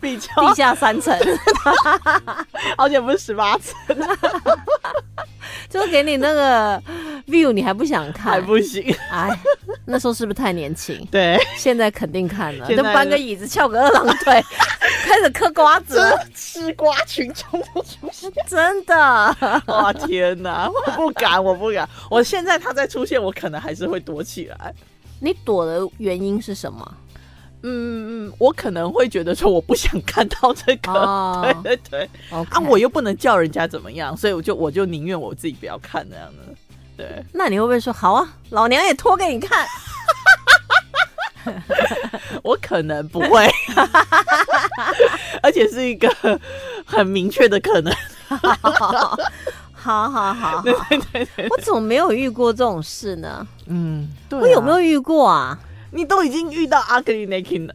[SPEAKER 3] 比 较，
[SPEAKER 2] 地下三层，
[SPEAKER 3] 而且不是十八层
[SPEAKER 2] 就是给你那个 view，你还不想
[SPEAKER 3] 还
[SPEAKER 2] 看？
[SPEAKER 3] 不行。
[SPEAKER 2] 哎，那时候是不是太年轻？
[SPEAKER 3] 对，
[SPEAKER 2] 现在肯定看了，
[SPEAKER 3] 现
[SPEAKER 2] 就
[SPEAKER 3] 在
[SPEAKER 2] 搬个椅子，翘个二郎 腿，开始嗑瓜子了，
[SPEAKER 3] 这吃瓜群众都出现。
[SPEAKER 2] 真的。
[SPEAKER 3] 哇天哪，我不敢，我不敢。我现在他再出现，我可能还是会躲起来。
[SPEAKER 2] 你躲的原因是什么？
[SPEAKER 3] 嗯，嗯，我可能会觉得说我不想看到这个。
[SPEAKER 2] 哦
[SPEAKER 3] 对对对，
[SPEAKER 2] OK
[SPEAKER 3] 啊，我又不能叫人家怎么样，所以我就我就宁愿我自己不要看那样的。对，
[SPEAKER 2] 那你会不会说好啊？老娘也脱给你看。
[SPEAKER 3] 我可能不 会，而且是一个很明确的可能。
[SPEAKER 2] 好好 好好，我怎么没有遇过这种事呢？
[SPEAKER 3] 嗯，对、
[SPEAKER 2] 我有没有遇过啊？
[SPEAKER 3] 你都已经遇到 ugly naked 了，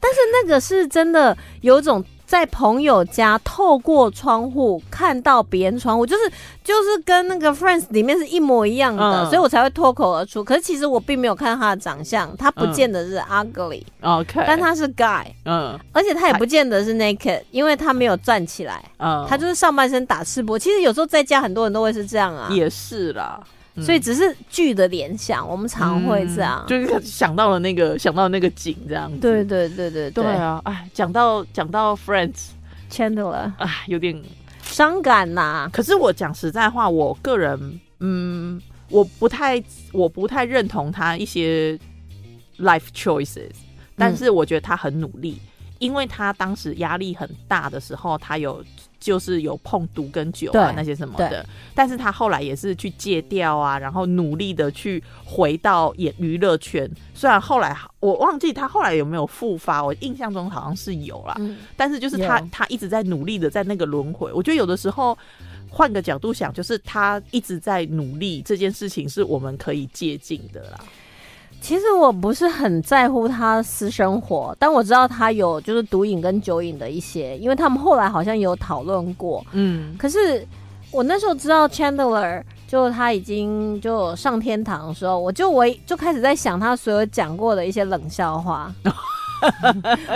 [SPEAKER 2] 但是那个是真的有种在朋友家透过窗户看到别人窗户，就是就是跟那个 Friends 里面是一模一样的，
[SPEAKER 3] 嗯
[SPEAKER 2] 所以我才会脱口而出。可是其实我并没有看他的长相，他不见得是
[SPEAKER 3] 嗯
[SPEAKER 2] ugly，、
[SPEAKER 3] 哦 OK，
[SPEAKER 2] 但他是 guy，
[SPEAKER 3] 嗯
[SPEAKER 2] 而且他也不见得是 naked，因为他没有站起来，
[SPEAKER 3] 嗯，
[SPEAKER 2] 他就是上半身打赤膊。其实有时候在家很多人都会是这样啊。
[SPEAKER 3] 也是啦，嗯
[SPEAKER 2] 所以只是剧的联想，我们常会这样
[SPEAKER 3] 嗯。就是想到了那个想到那个景这样子，
[SPEAKER 2] 对对对对
[SPEAKER 3] 对啊，哎，讲到讲到 Friends，
[SPEAKER 2] ，Chandler
[SPEAKER 3] 哎，有点，
[SPEAKER 2] 伤感呐、
[SPEAKER 3] 可是我讲实在话，我个人嗯，我不太我不太认同他一些 life choices，但是我觉得他很努力，因为他当时压力很大的时候，他有就是有碰毒跟酒啊
[SPEAKER 2] 对
[SPEAKER 3] 那些什么
[SPEAKER 2] 对
[SPEAKER 3] 的，但是他后来也是去戒掉啊，然后努力的去回到演娱乐圈。虽然后来我忘记他后来有没有复发，我印象中好像是有啦，
[SPEAKER 2] 嗯，
[SPEAKER 3] 但是就是他
[SPEAKER 2] 有
[SPEAKER 3] 他一直在努力的在那个轮回。我觉得有的时候换个角度想，就是他一直在努力这件事情是我们可以借鉴的啦。
[SPEAKER 2] 其实我不是很在乎他私生活，但我知道他有就是毒瘾跟酒瘾的一些，因为他们后来好像有讨论过。
[SPEAKER 3] 嗯
[SPEAKER 2] 可是我那时候知道 Chandler 就他已经就上天堂的时候，我就我就开始在想他所有讲过的一些冷笑话。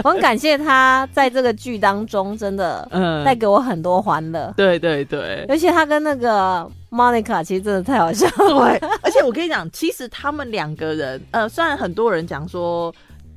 [SPEAKER 2] 我很感谢他在这个剧当中真的
[SPEAKER 3] 嗯
[SPEAKER 2] 带给我很多欢乐，
[SPEAKER 3] 对对对。
[SPEAKER 2] 而且他跟那个 Monica 其实真的太好笑了。
[SPEAKER 3] 对，而且我跟你讲，其实他们两个人，呃，虽然很多人讲说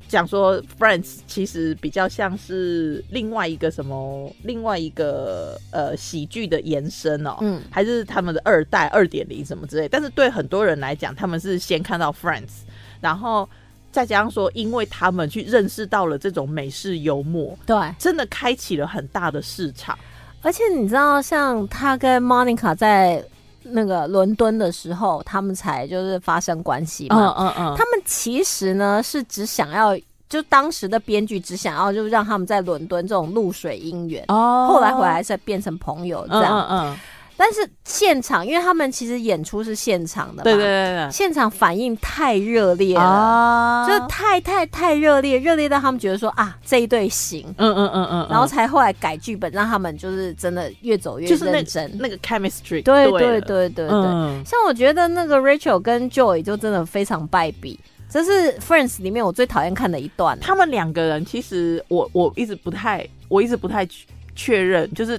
[SPEAKER 3] 讲说 Friends 其实比较像是另外一个什么，另外一个呃喜剧的延伸哦，
[SPEAKER 2] 嗯
[SPEAKER 3] 还是他们的二代二点零什么之类，但是对很多人来讲，他们是先看到 Friends，然后再加上说，因为他们去认识到了这种美式幽默。
[SPEAKER 2] 对，
[SPEAKER 3] 真的开启了很大的市场，
[SPEAKER 2] 而且你知道，像他跟 Monica 在那个伦敦的时候，他们才就是发生关系嘛。
[SPEAKER 3] 嗯嗯
[SPEAKER 2] 他们其实呢是只想要，就当时的编剧只想要，就是让他们在伦敦这种露水姻缘。
[SPEAKER 3] 哦
[SPEAKER 2] 后来回来才变成朋友这样。
[SPEAKER 3] 嗯嗯
[SPEAKER 2] 但是现场，因为他们其实演出是现场的嘛，
[SPEAKER 3] 嗯，对对对
[SPEAKER 2] 现场反应太热烈
[SPEAKER 3] 对，
[SPEAKER 2] 了。
[SPEAKER 3] 啊
[SPEAKER 2] 就是太太太热烈，热烈到他们觉得说啊这一对行，
[SPEAKER 3] 嗯嗯嗯嗯，
[SPEAKER 2] 然后才后来改剧本，让他们就是真的越走越
[SPEAKER 3] 就是那
[SPEAKER 2] 认真。
[SPEAKER 3] 那个 chemistry，
[SPEAKER 2] 对
[SPEAKER 3] 对
[SPEAKER 2] 对
[SPEAKER 3] 了，
[SPEAKER 2] 对对对，
[SPEAKER 3] 嗯
[SPEAKER 2] 像我觉得那个 Rachel 跟 Joy 就真的非常败笔，这是 Friends 里面我最讨厌看的一段啊了。
[SPEAKER 3] 他们两个人其实我我一直不太，我一直不太确确认，就是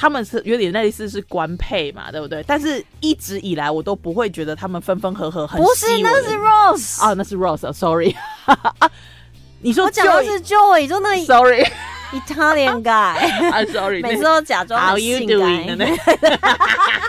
[SPEAKER 3] 他们是有点类似是官配嘛，对不对？但是一直以来我都不会觉得他们分分合合很
[SPEAKER 2] 不
[SPEAKER 3] 吸
[SPEAKER 2] 是，
[SPEAKER 3] 引
[SPEAKER 2] 那
[SPEAKER 3] 我
[SPEAKER 2] 是
[SPEAKER 3] 的
[SPEAKER 2] Rose，、
[SPEAKER 3] 啊，那是 Rose，sorry，啊， 你说
[SPEAKER 2] 我讲的是 Joy，就那个
[SPEAKER 3] sorry，I'm
[SPEAKER 2] Italian guy，
[SPEAKER 3] 啊 sorry，
[SPEAKER 2] 每次都假装
[SPEAKER 3] How
[SPEAKER 2] 很
[SPEAKER 3] you
[SPEAKER 2] 性
[SPEAKER 3] doing 的
[SPEAKER 2] 感
[SPEAKER 3] 那。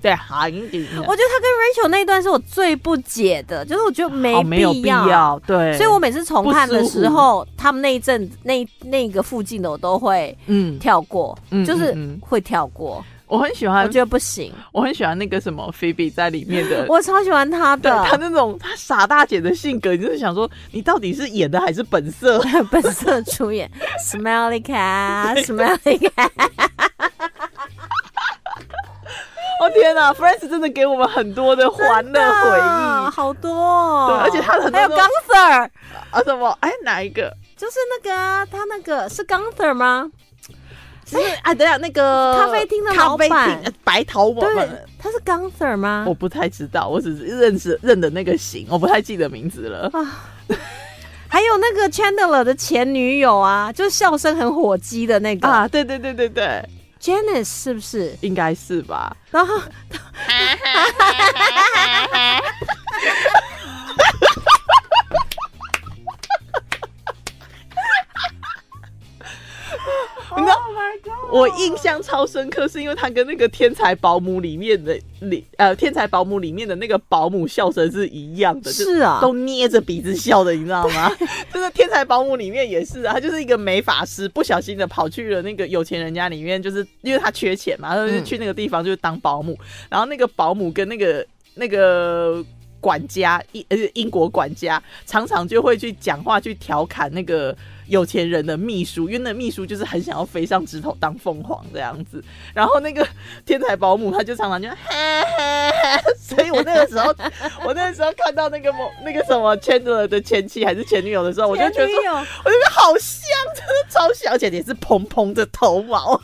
[SPEAKER 3] 对，How you doing？
[SPEAKER 2] 我觉得他跟 Rachel 那一段是我最不解的，就是我觉得
[SPEAKER 3] 哦没有必要，对，
[SPEAKER 2] 所以我每次重看的
[SPEAKER 3] 不舒服
[SPEAKER 2] 时候，他们那一阵那那个附近的我都会
[SPEAKER 3] 嗯，
[SPEAKER 2] 跳过，
[SPEAKER 3] 嗯
[SPEAKER 2] 就是
[SPEAKER 3] 嗯嗯
[SPEAKER 2] 会跳过，
[SPEAKER 3] 我很喜欢
[SPEAKER 2] 我觉得不行，
[SPEAKER 3] 我很喜欢那个什么菲比在里面 的，
[SPEAKER 2] 我超喜欢他
[SPEAKER 3] 呃对
[SPEAKER 2] 的，
[SPEAKER 3] 她那种她傻大姐的性格，你就是想说你到底是演的还是本 色？
[SPEAKER 2] 本色出演，Smelly Cat，Smelly Cat，
[SPEAKER 3] 哦天哪 f r a n c e 真的给我们很多的欢乐回忆
[SPEAKER 2] 好多、哦，
[SPEAKER 3] 对而且他很多
[SPEAKER 2] 还有
[SPEAKER 3] 都
[SPEAKER 2] Gunther，
[SPEAKER 3] 啊！什么？哎，哪一个？
[SPEAKER 2] 就是那个啊，他那个是 Gunther 吗？
[SPEAKER 3] 就是啊，等一下那个
[SPEAKER 2] 咖啡厅的
[SPEAKER 3] 咖
[SPEAKER 2] 老
[SPEAKER 3] 啡
[SPEAKER 2] 板
[SPEAKER 3] 厅呃白头发
[SPEAKER 2] 对
[SPEAKER 3] 们，，
[SPEAKER 2] 他是 Gunther 吗
[SPEAKER 3] 我？不太知道，我只是认识认的那个型，我不太记得名字
[SPEAKER 2] 哦
[SPEAKER 3] 了。
[SPEAKER 2] 啊还有那个 Chandler 的前女友啊，就是笑声很火鸡的那个、
[SPEAKER 3] 啊，对对对对对，
[SPEAKER 2] Janice 是不是？
[SPEAKER 3] 应该是吧？
[SPEAKER 2] 然后，哦
[SPEAKER 3] 你知道我印象超深刻，是因为他跟那个天才保姆里面的里呃天才保姆里面的那个保姆笑声是一样的，就是
[SPEAKER 2] 啊
[SPEAKER 3] 都捏着鼻子笑的，你知道吗？ 就是天才保姆里面也是啊，他就是一个美发师，不小心的跑去了那个有钱人家里面，就是因为他缺钱嘛，他就去那个地方就是当保姆，然后那个保姆跟那个那个。管家英呃英国管家常常就会去讲话去调侃那个有钱人的秘书，因为那秘书就是很想要飞上枝头当凤凰这样子。然后那个天才保姆他就常常就，所以我那个时候我那个时候看到那个某那个 什么 Chandler 的前妻还是前女友的时候，我就觉得
[SPEAKER 2] 前
[SPEAKER 3] 说
[SPEAKER 2] 女 友
[SPEAKER 3] 我觉得好像，真的超像，而且也是蓬蓬的头毛。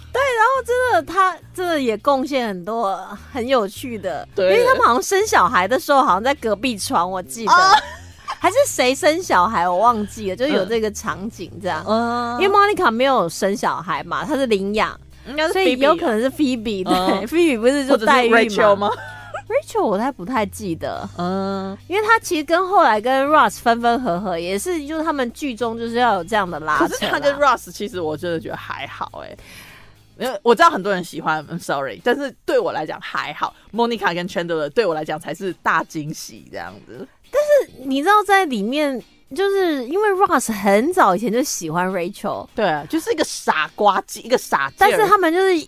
[SPEAKER 2] 真的，他真的也贡献很多很有趣的，
[SPEAKER 3] 对
[SPEAKER 2] 因为他们好像生小孩的时候，好像在隔壁床，我记得，
[SPEAKER 3] 啊
[SPEAKER 2] 还是谁生小孩我忘记了，就是有这个场景这样。
[SPEAKER 3] 嗯
[SPEAKER 2] 因为 Monica 没有生小孩嘛，她是领养，
[SPEAKER 3] 应该是
[SPEAKER 2] 所以
[SPEAKER 3] Phoebe 啊
[SPEAKER 2] 有可能是 Phoebe 对
[SPEAKER 3] 嗯
[SPEAKER 2] ，Phoebe 不是
[SPEAKER 3] 或
[SPEAKER 2] 就
[SPEAKER 3] 者是
[SPEAKER 2] 代孕
[SPEAKER 3] Rachel 吗？
[SPEAKER 2] ？Rachel 我太不太记得，
[SPEAKER 3] 嗯，
[SPEAKER 2] 因为她其实跟后来跟 Ross 分分合合，也是就是他们剧中就是要有这样的拉扯
[SPEAKER 3] 可
[SPEAKER 2] 啦。
[SPEAKER 3] 是他跟 Ross 其实我真的觉得还好哎、因为我知道很多人喜欢，I'm sorry，但是对我来讲还好。Monica 跟 Chandler 对我来讲才是大惊喜这样子。
[SPEAKER 2] 你知道在里面就是因为 Ross 很早以前就喜欢 Rachel，
[SPEAKER 3] 对啊，就是一个傻瓜机，一个傻劲儿，
[SPEAKER 2] 但是他们就是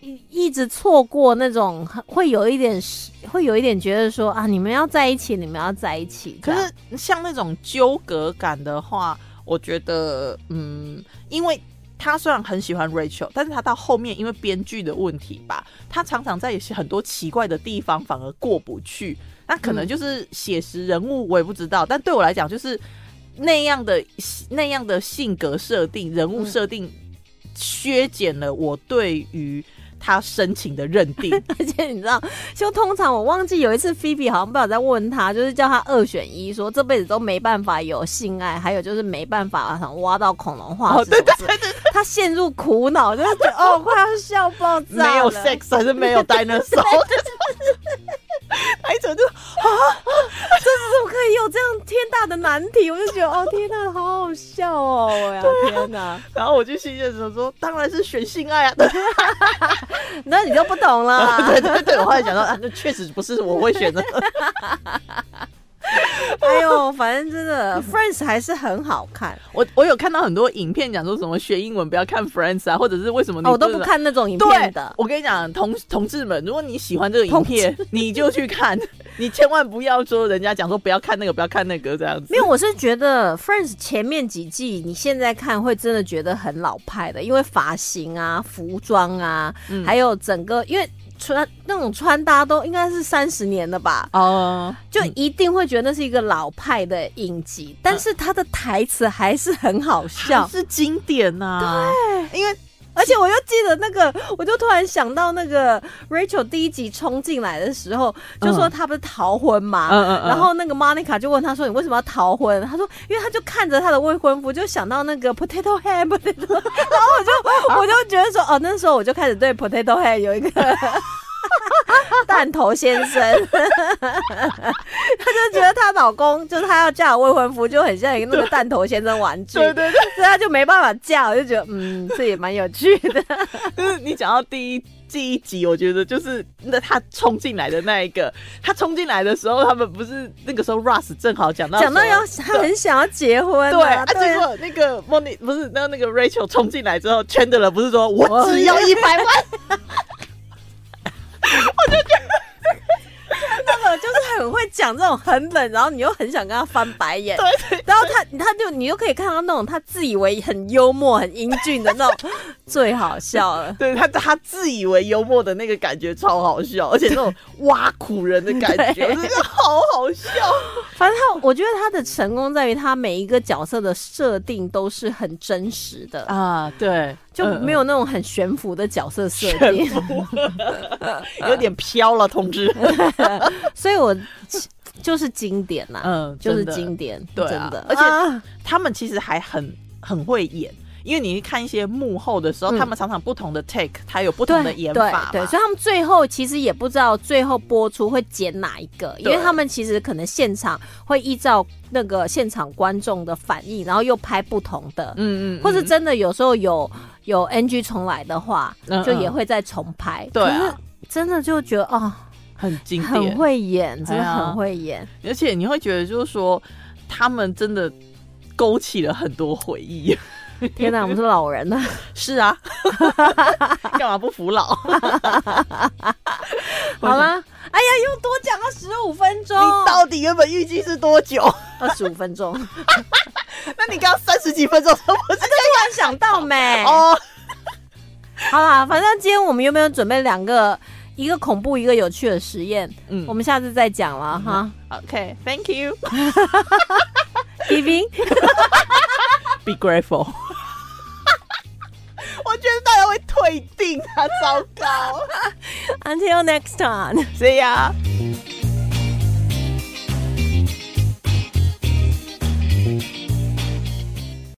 [SPEAKER 2] 一一直错过那种会有一点是会有一点觉得说啊，你们要在一起，你们要在一起。
[SPEAKER 3] 可
[SPEAKER 2] 这样
[SPEAKER 3] 是像那种纠葛感的话，我觉得，嗯，因为他虽然很喜欢 Rachel，但是他到后面因为编剧的问题吧，他常常在一些很多奇怪的地方反而过不去。那可能
[SPEAKER 2] 嗯
[SPEAKER 3] 就是写实人物，我也不知道。但对我来讲，就是那样的那样的性格设定、人物
[SPEAKER 2] 嗯
[SPEAKER 3] 设定，削减了我对于他深情的认定。
[SPEAKER 2] 而且你知道，就通常我忘记有一次 Phoebe 好像不知道在问他，就是叫他二选一，说这辈子都没办法有性爱，还有就是没办法想挖到恐龙化
[SPEAKER 3] 哦
[SPEAKER 2] 石什么之类。他陷入苦恼，就是觉得哦，快要笑爆炸了。
[SPEAKER 3] 没有 sex 还是没有 dinosaur？还整就
[SPEAKER 2] 怎么可以有这样天大的难题？我就觉得哦，天哪，好好笑哦！我呀，
[SPEAKER 3] 啊
[SPEAKER 2] 天哪，
[SPEAKER 3] 然后我就心里想说，当然是选性爱啊。对
[SPEAKER 2] 那你就不懂了啦。
[SPEAKER 3] 对对对，我后来想到啊，那确实不是我会选的。
[SPEAKER 2] 哎呦，反正真的 Friends 还是很好看，
[SPEAKER 3] 我我有看到很多影片讲说什么学英文不要看 Friends 啊，或者是为什么你
[SPEAKER 2] 哦、我都
[SPEAKER 3] 能
[SPEAKER 2] 不。看那种影
[SPEAKER 3] 对
[SPEAKER 2] 片的，。
[SPEAKER 3] 我跟你讲，同同志们，如果你喜欢这个影片，你就去看，你千万不要说人家讲说不要看那个，不要看那个这样子。
[SPEAKER 2] 没有，我是觉得 Friends 前面几季，你现在看会真的觉得很老派的，因为发型啊、服装啊，
[SPEAKER 3] 嗯
[SPEAKER 2] 还有整个因为。穿那种穿搭都应该是三十年的吧，
[SPEAKER 3] 哦，
[SPEAKER 2] 就一定会觉得那是一个老派的影集，但是它的台词还是很好笑
[SPEAKER 3] 还，是经典呐、
[SPEAKER 2] 啊
[SPEAKER 3] 对，因为
[SPEAKER 2] 而且我又记得那个，我就突然想到那个 Rachel 第一集冲进来的时候，就说
[SPEAKER 3] 嗯
[SPEAKER 2] 她不是逃婚嘛，
[SPEAKER 3] 嗯嗯嗯
[SPEAKER 2] 然后那个 Monica 就问她说：“你为什么要逃婚？”她说：“因为她就看着她的未婚夫，就想到那个 Potato Head Potato，然后我就我就觉得说，哦，那时候我就开始对 Potato Head 有一个弹头先生， 她就觉得她老公就是她要嫁的未婚夫就很像一个那个弹头先生玩具，
[SPEAKER 3] 对对对，
[SPEAKER 2] 所以她就没办法嫁，我就觉得嗯，这也蛮有趣的。
[SPEAKER 3] 就是你讲到第一第一集，我觉得就是那他冲进来的那一个，他冲进来的时候，他们不是那个时候 Russ 正好讲到
[SPEAKER 2] 讲到
[SPEAKER 3] 说
[SPEAKER 2] 要他很想要结婚
[SPEAKER 3] 对
[SPEAKER 2] 啊、
[SPEAKER 3] 啊，结果那个莫妮不是那那个 Rachel 冲进来之后圈的人不是说我只要一百万，
[SPEAKER 2] 那个就是很会讲这种很冷，然后你又很想跟他翻白眼，
[SPEAKER 3] 对
[SPEAKER 2] 然后他他就你又可以看到那种他自以为很幽默、很英俊的那种，最好笑了。
[SPEAKER 3] 对，他他自以为幽默的那个感觉超好笑，而且那种挖苦人的感觉，
[SPEAKER 2] 对
[SPEAKER 3] 我真的好好笑。
[SPEAKER 2] 反正他，我觉得他的成功在于他每一个角色的设定都是很真实的，
[SPEAKER 3] 啊，对，
[SPEAKER 2] 就没有那种很悬浮的角色设定。呃
[SPEAKER 3] 有点飘了，同志。
[SPEAKER 2] 嗯所以我就是经典啦，
[SPEAKER 3] 嗯
[SPEAKER 2] 就是
[SPEAKER 3] 真的
[SPEAKER 2] 经典，
[SPEAKER 3] 对啊
[SPEAKER 2] 真的。
[SPEAKER 3] 而且
[SPEAKER 2] 啊
[SPEAKER 3] 他们其实还很很会演，因为你看一些幕后的时候，
[SPEAKER 2] 嗯
[SPEAKER 3] 他们常常不同的 take，他有不
[SPEAKER 2] 对
[SPEAKER 3] 同的演法嘛
[SPEAKER 2] 对对，所以他们最后其实也不知道最后播出会剪哪一个，因为
[SPEAKER 3] 对
[SPEAKER 2] 他们其实可能现场会依照那个现场观众的反应，然后又拍不同的，
[SPEAKER 3] 嗯嗯，
[SPEAKER 2] 或是
[SPEAKER 3] 嗯
[SPEAKER 2] 真的有时候有有 NG 重来的话，
[SPEAKER 3] 嗯
[SPEAKER 2] 就也会再重拍。
[SPEAKER 3] 对啊
[SPEAKER 2] 可是真的就觉得哦，
[SPEAKER 3] 很经典，
[SPEAKER 2] 很会演，真
[SPEAKER 3] 哎
[SPEAKER 2] 的
[SPEAKER 3] 呀
[SPEAKER 2] 很会演。
[SPEAKER 3] 而且你会觉得就是说，他们真的勾起了很多回忆。
[SPEAKER 2] 天哪，我们是老人 了。
[SPEAKER 3] 是啊，干嘛不 服老？
[SPEAKER 2] 好啦，哎呀，又多讲了十五分钟，
[SPEAKER 3] 你到底原本预计是多久？
[SPEAKER 2] 二十五分钟， 突
[SPEAKER 3] 那你刚刚三十几分钟都不是
[SPEAKER 2] 然想到没？
[SPEAKER 3] 哦，
[SPEAKER 2] 好啦，反正今天我们有没有准备两个，一个恐怖，一个有趣的实验？
[SPEAKER 3] 嗯
[SPEAKER 2] 我们下次再讲了哈。
[SPEAKER 3] ，OK，Thank、you，Be
[SPEAKER 2] d v
[SPEAKER 3] grateful。我觉得大家会退订啊，糟糕
[SPEAKER 2] until next time。
[SPEAKER 3] ，See ya。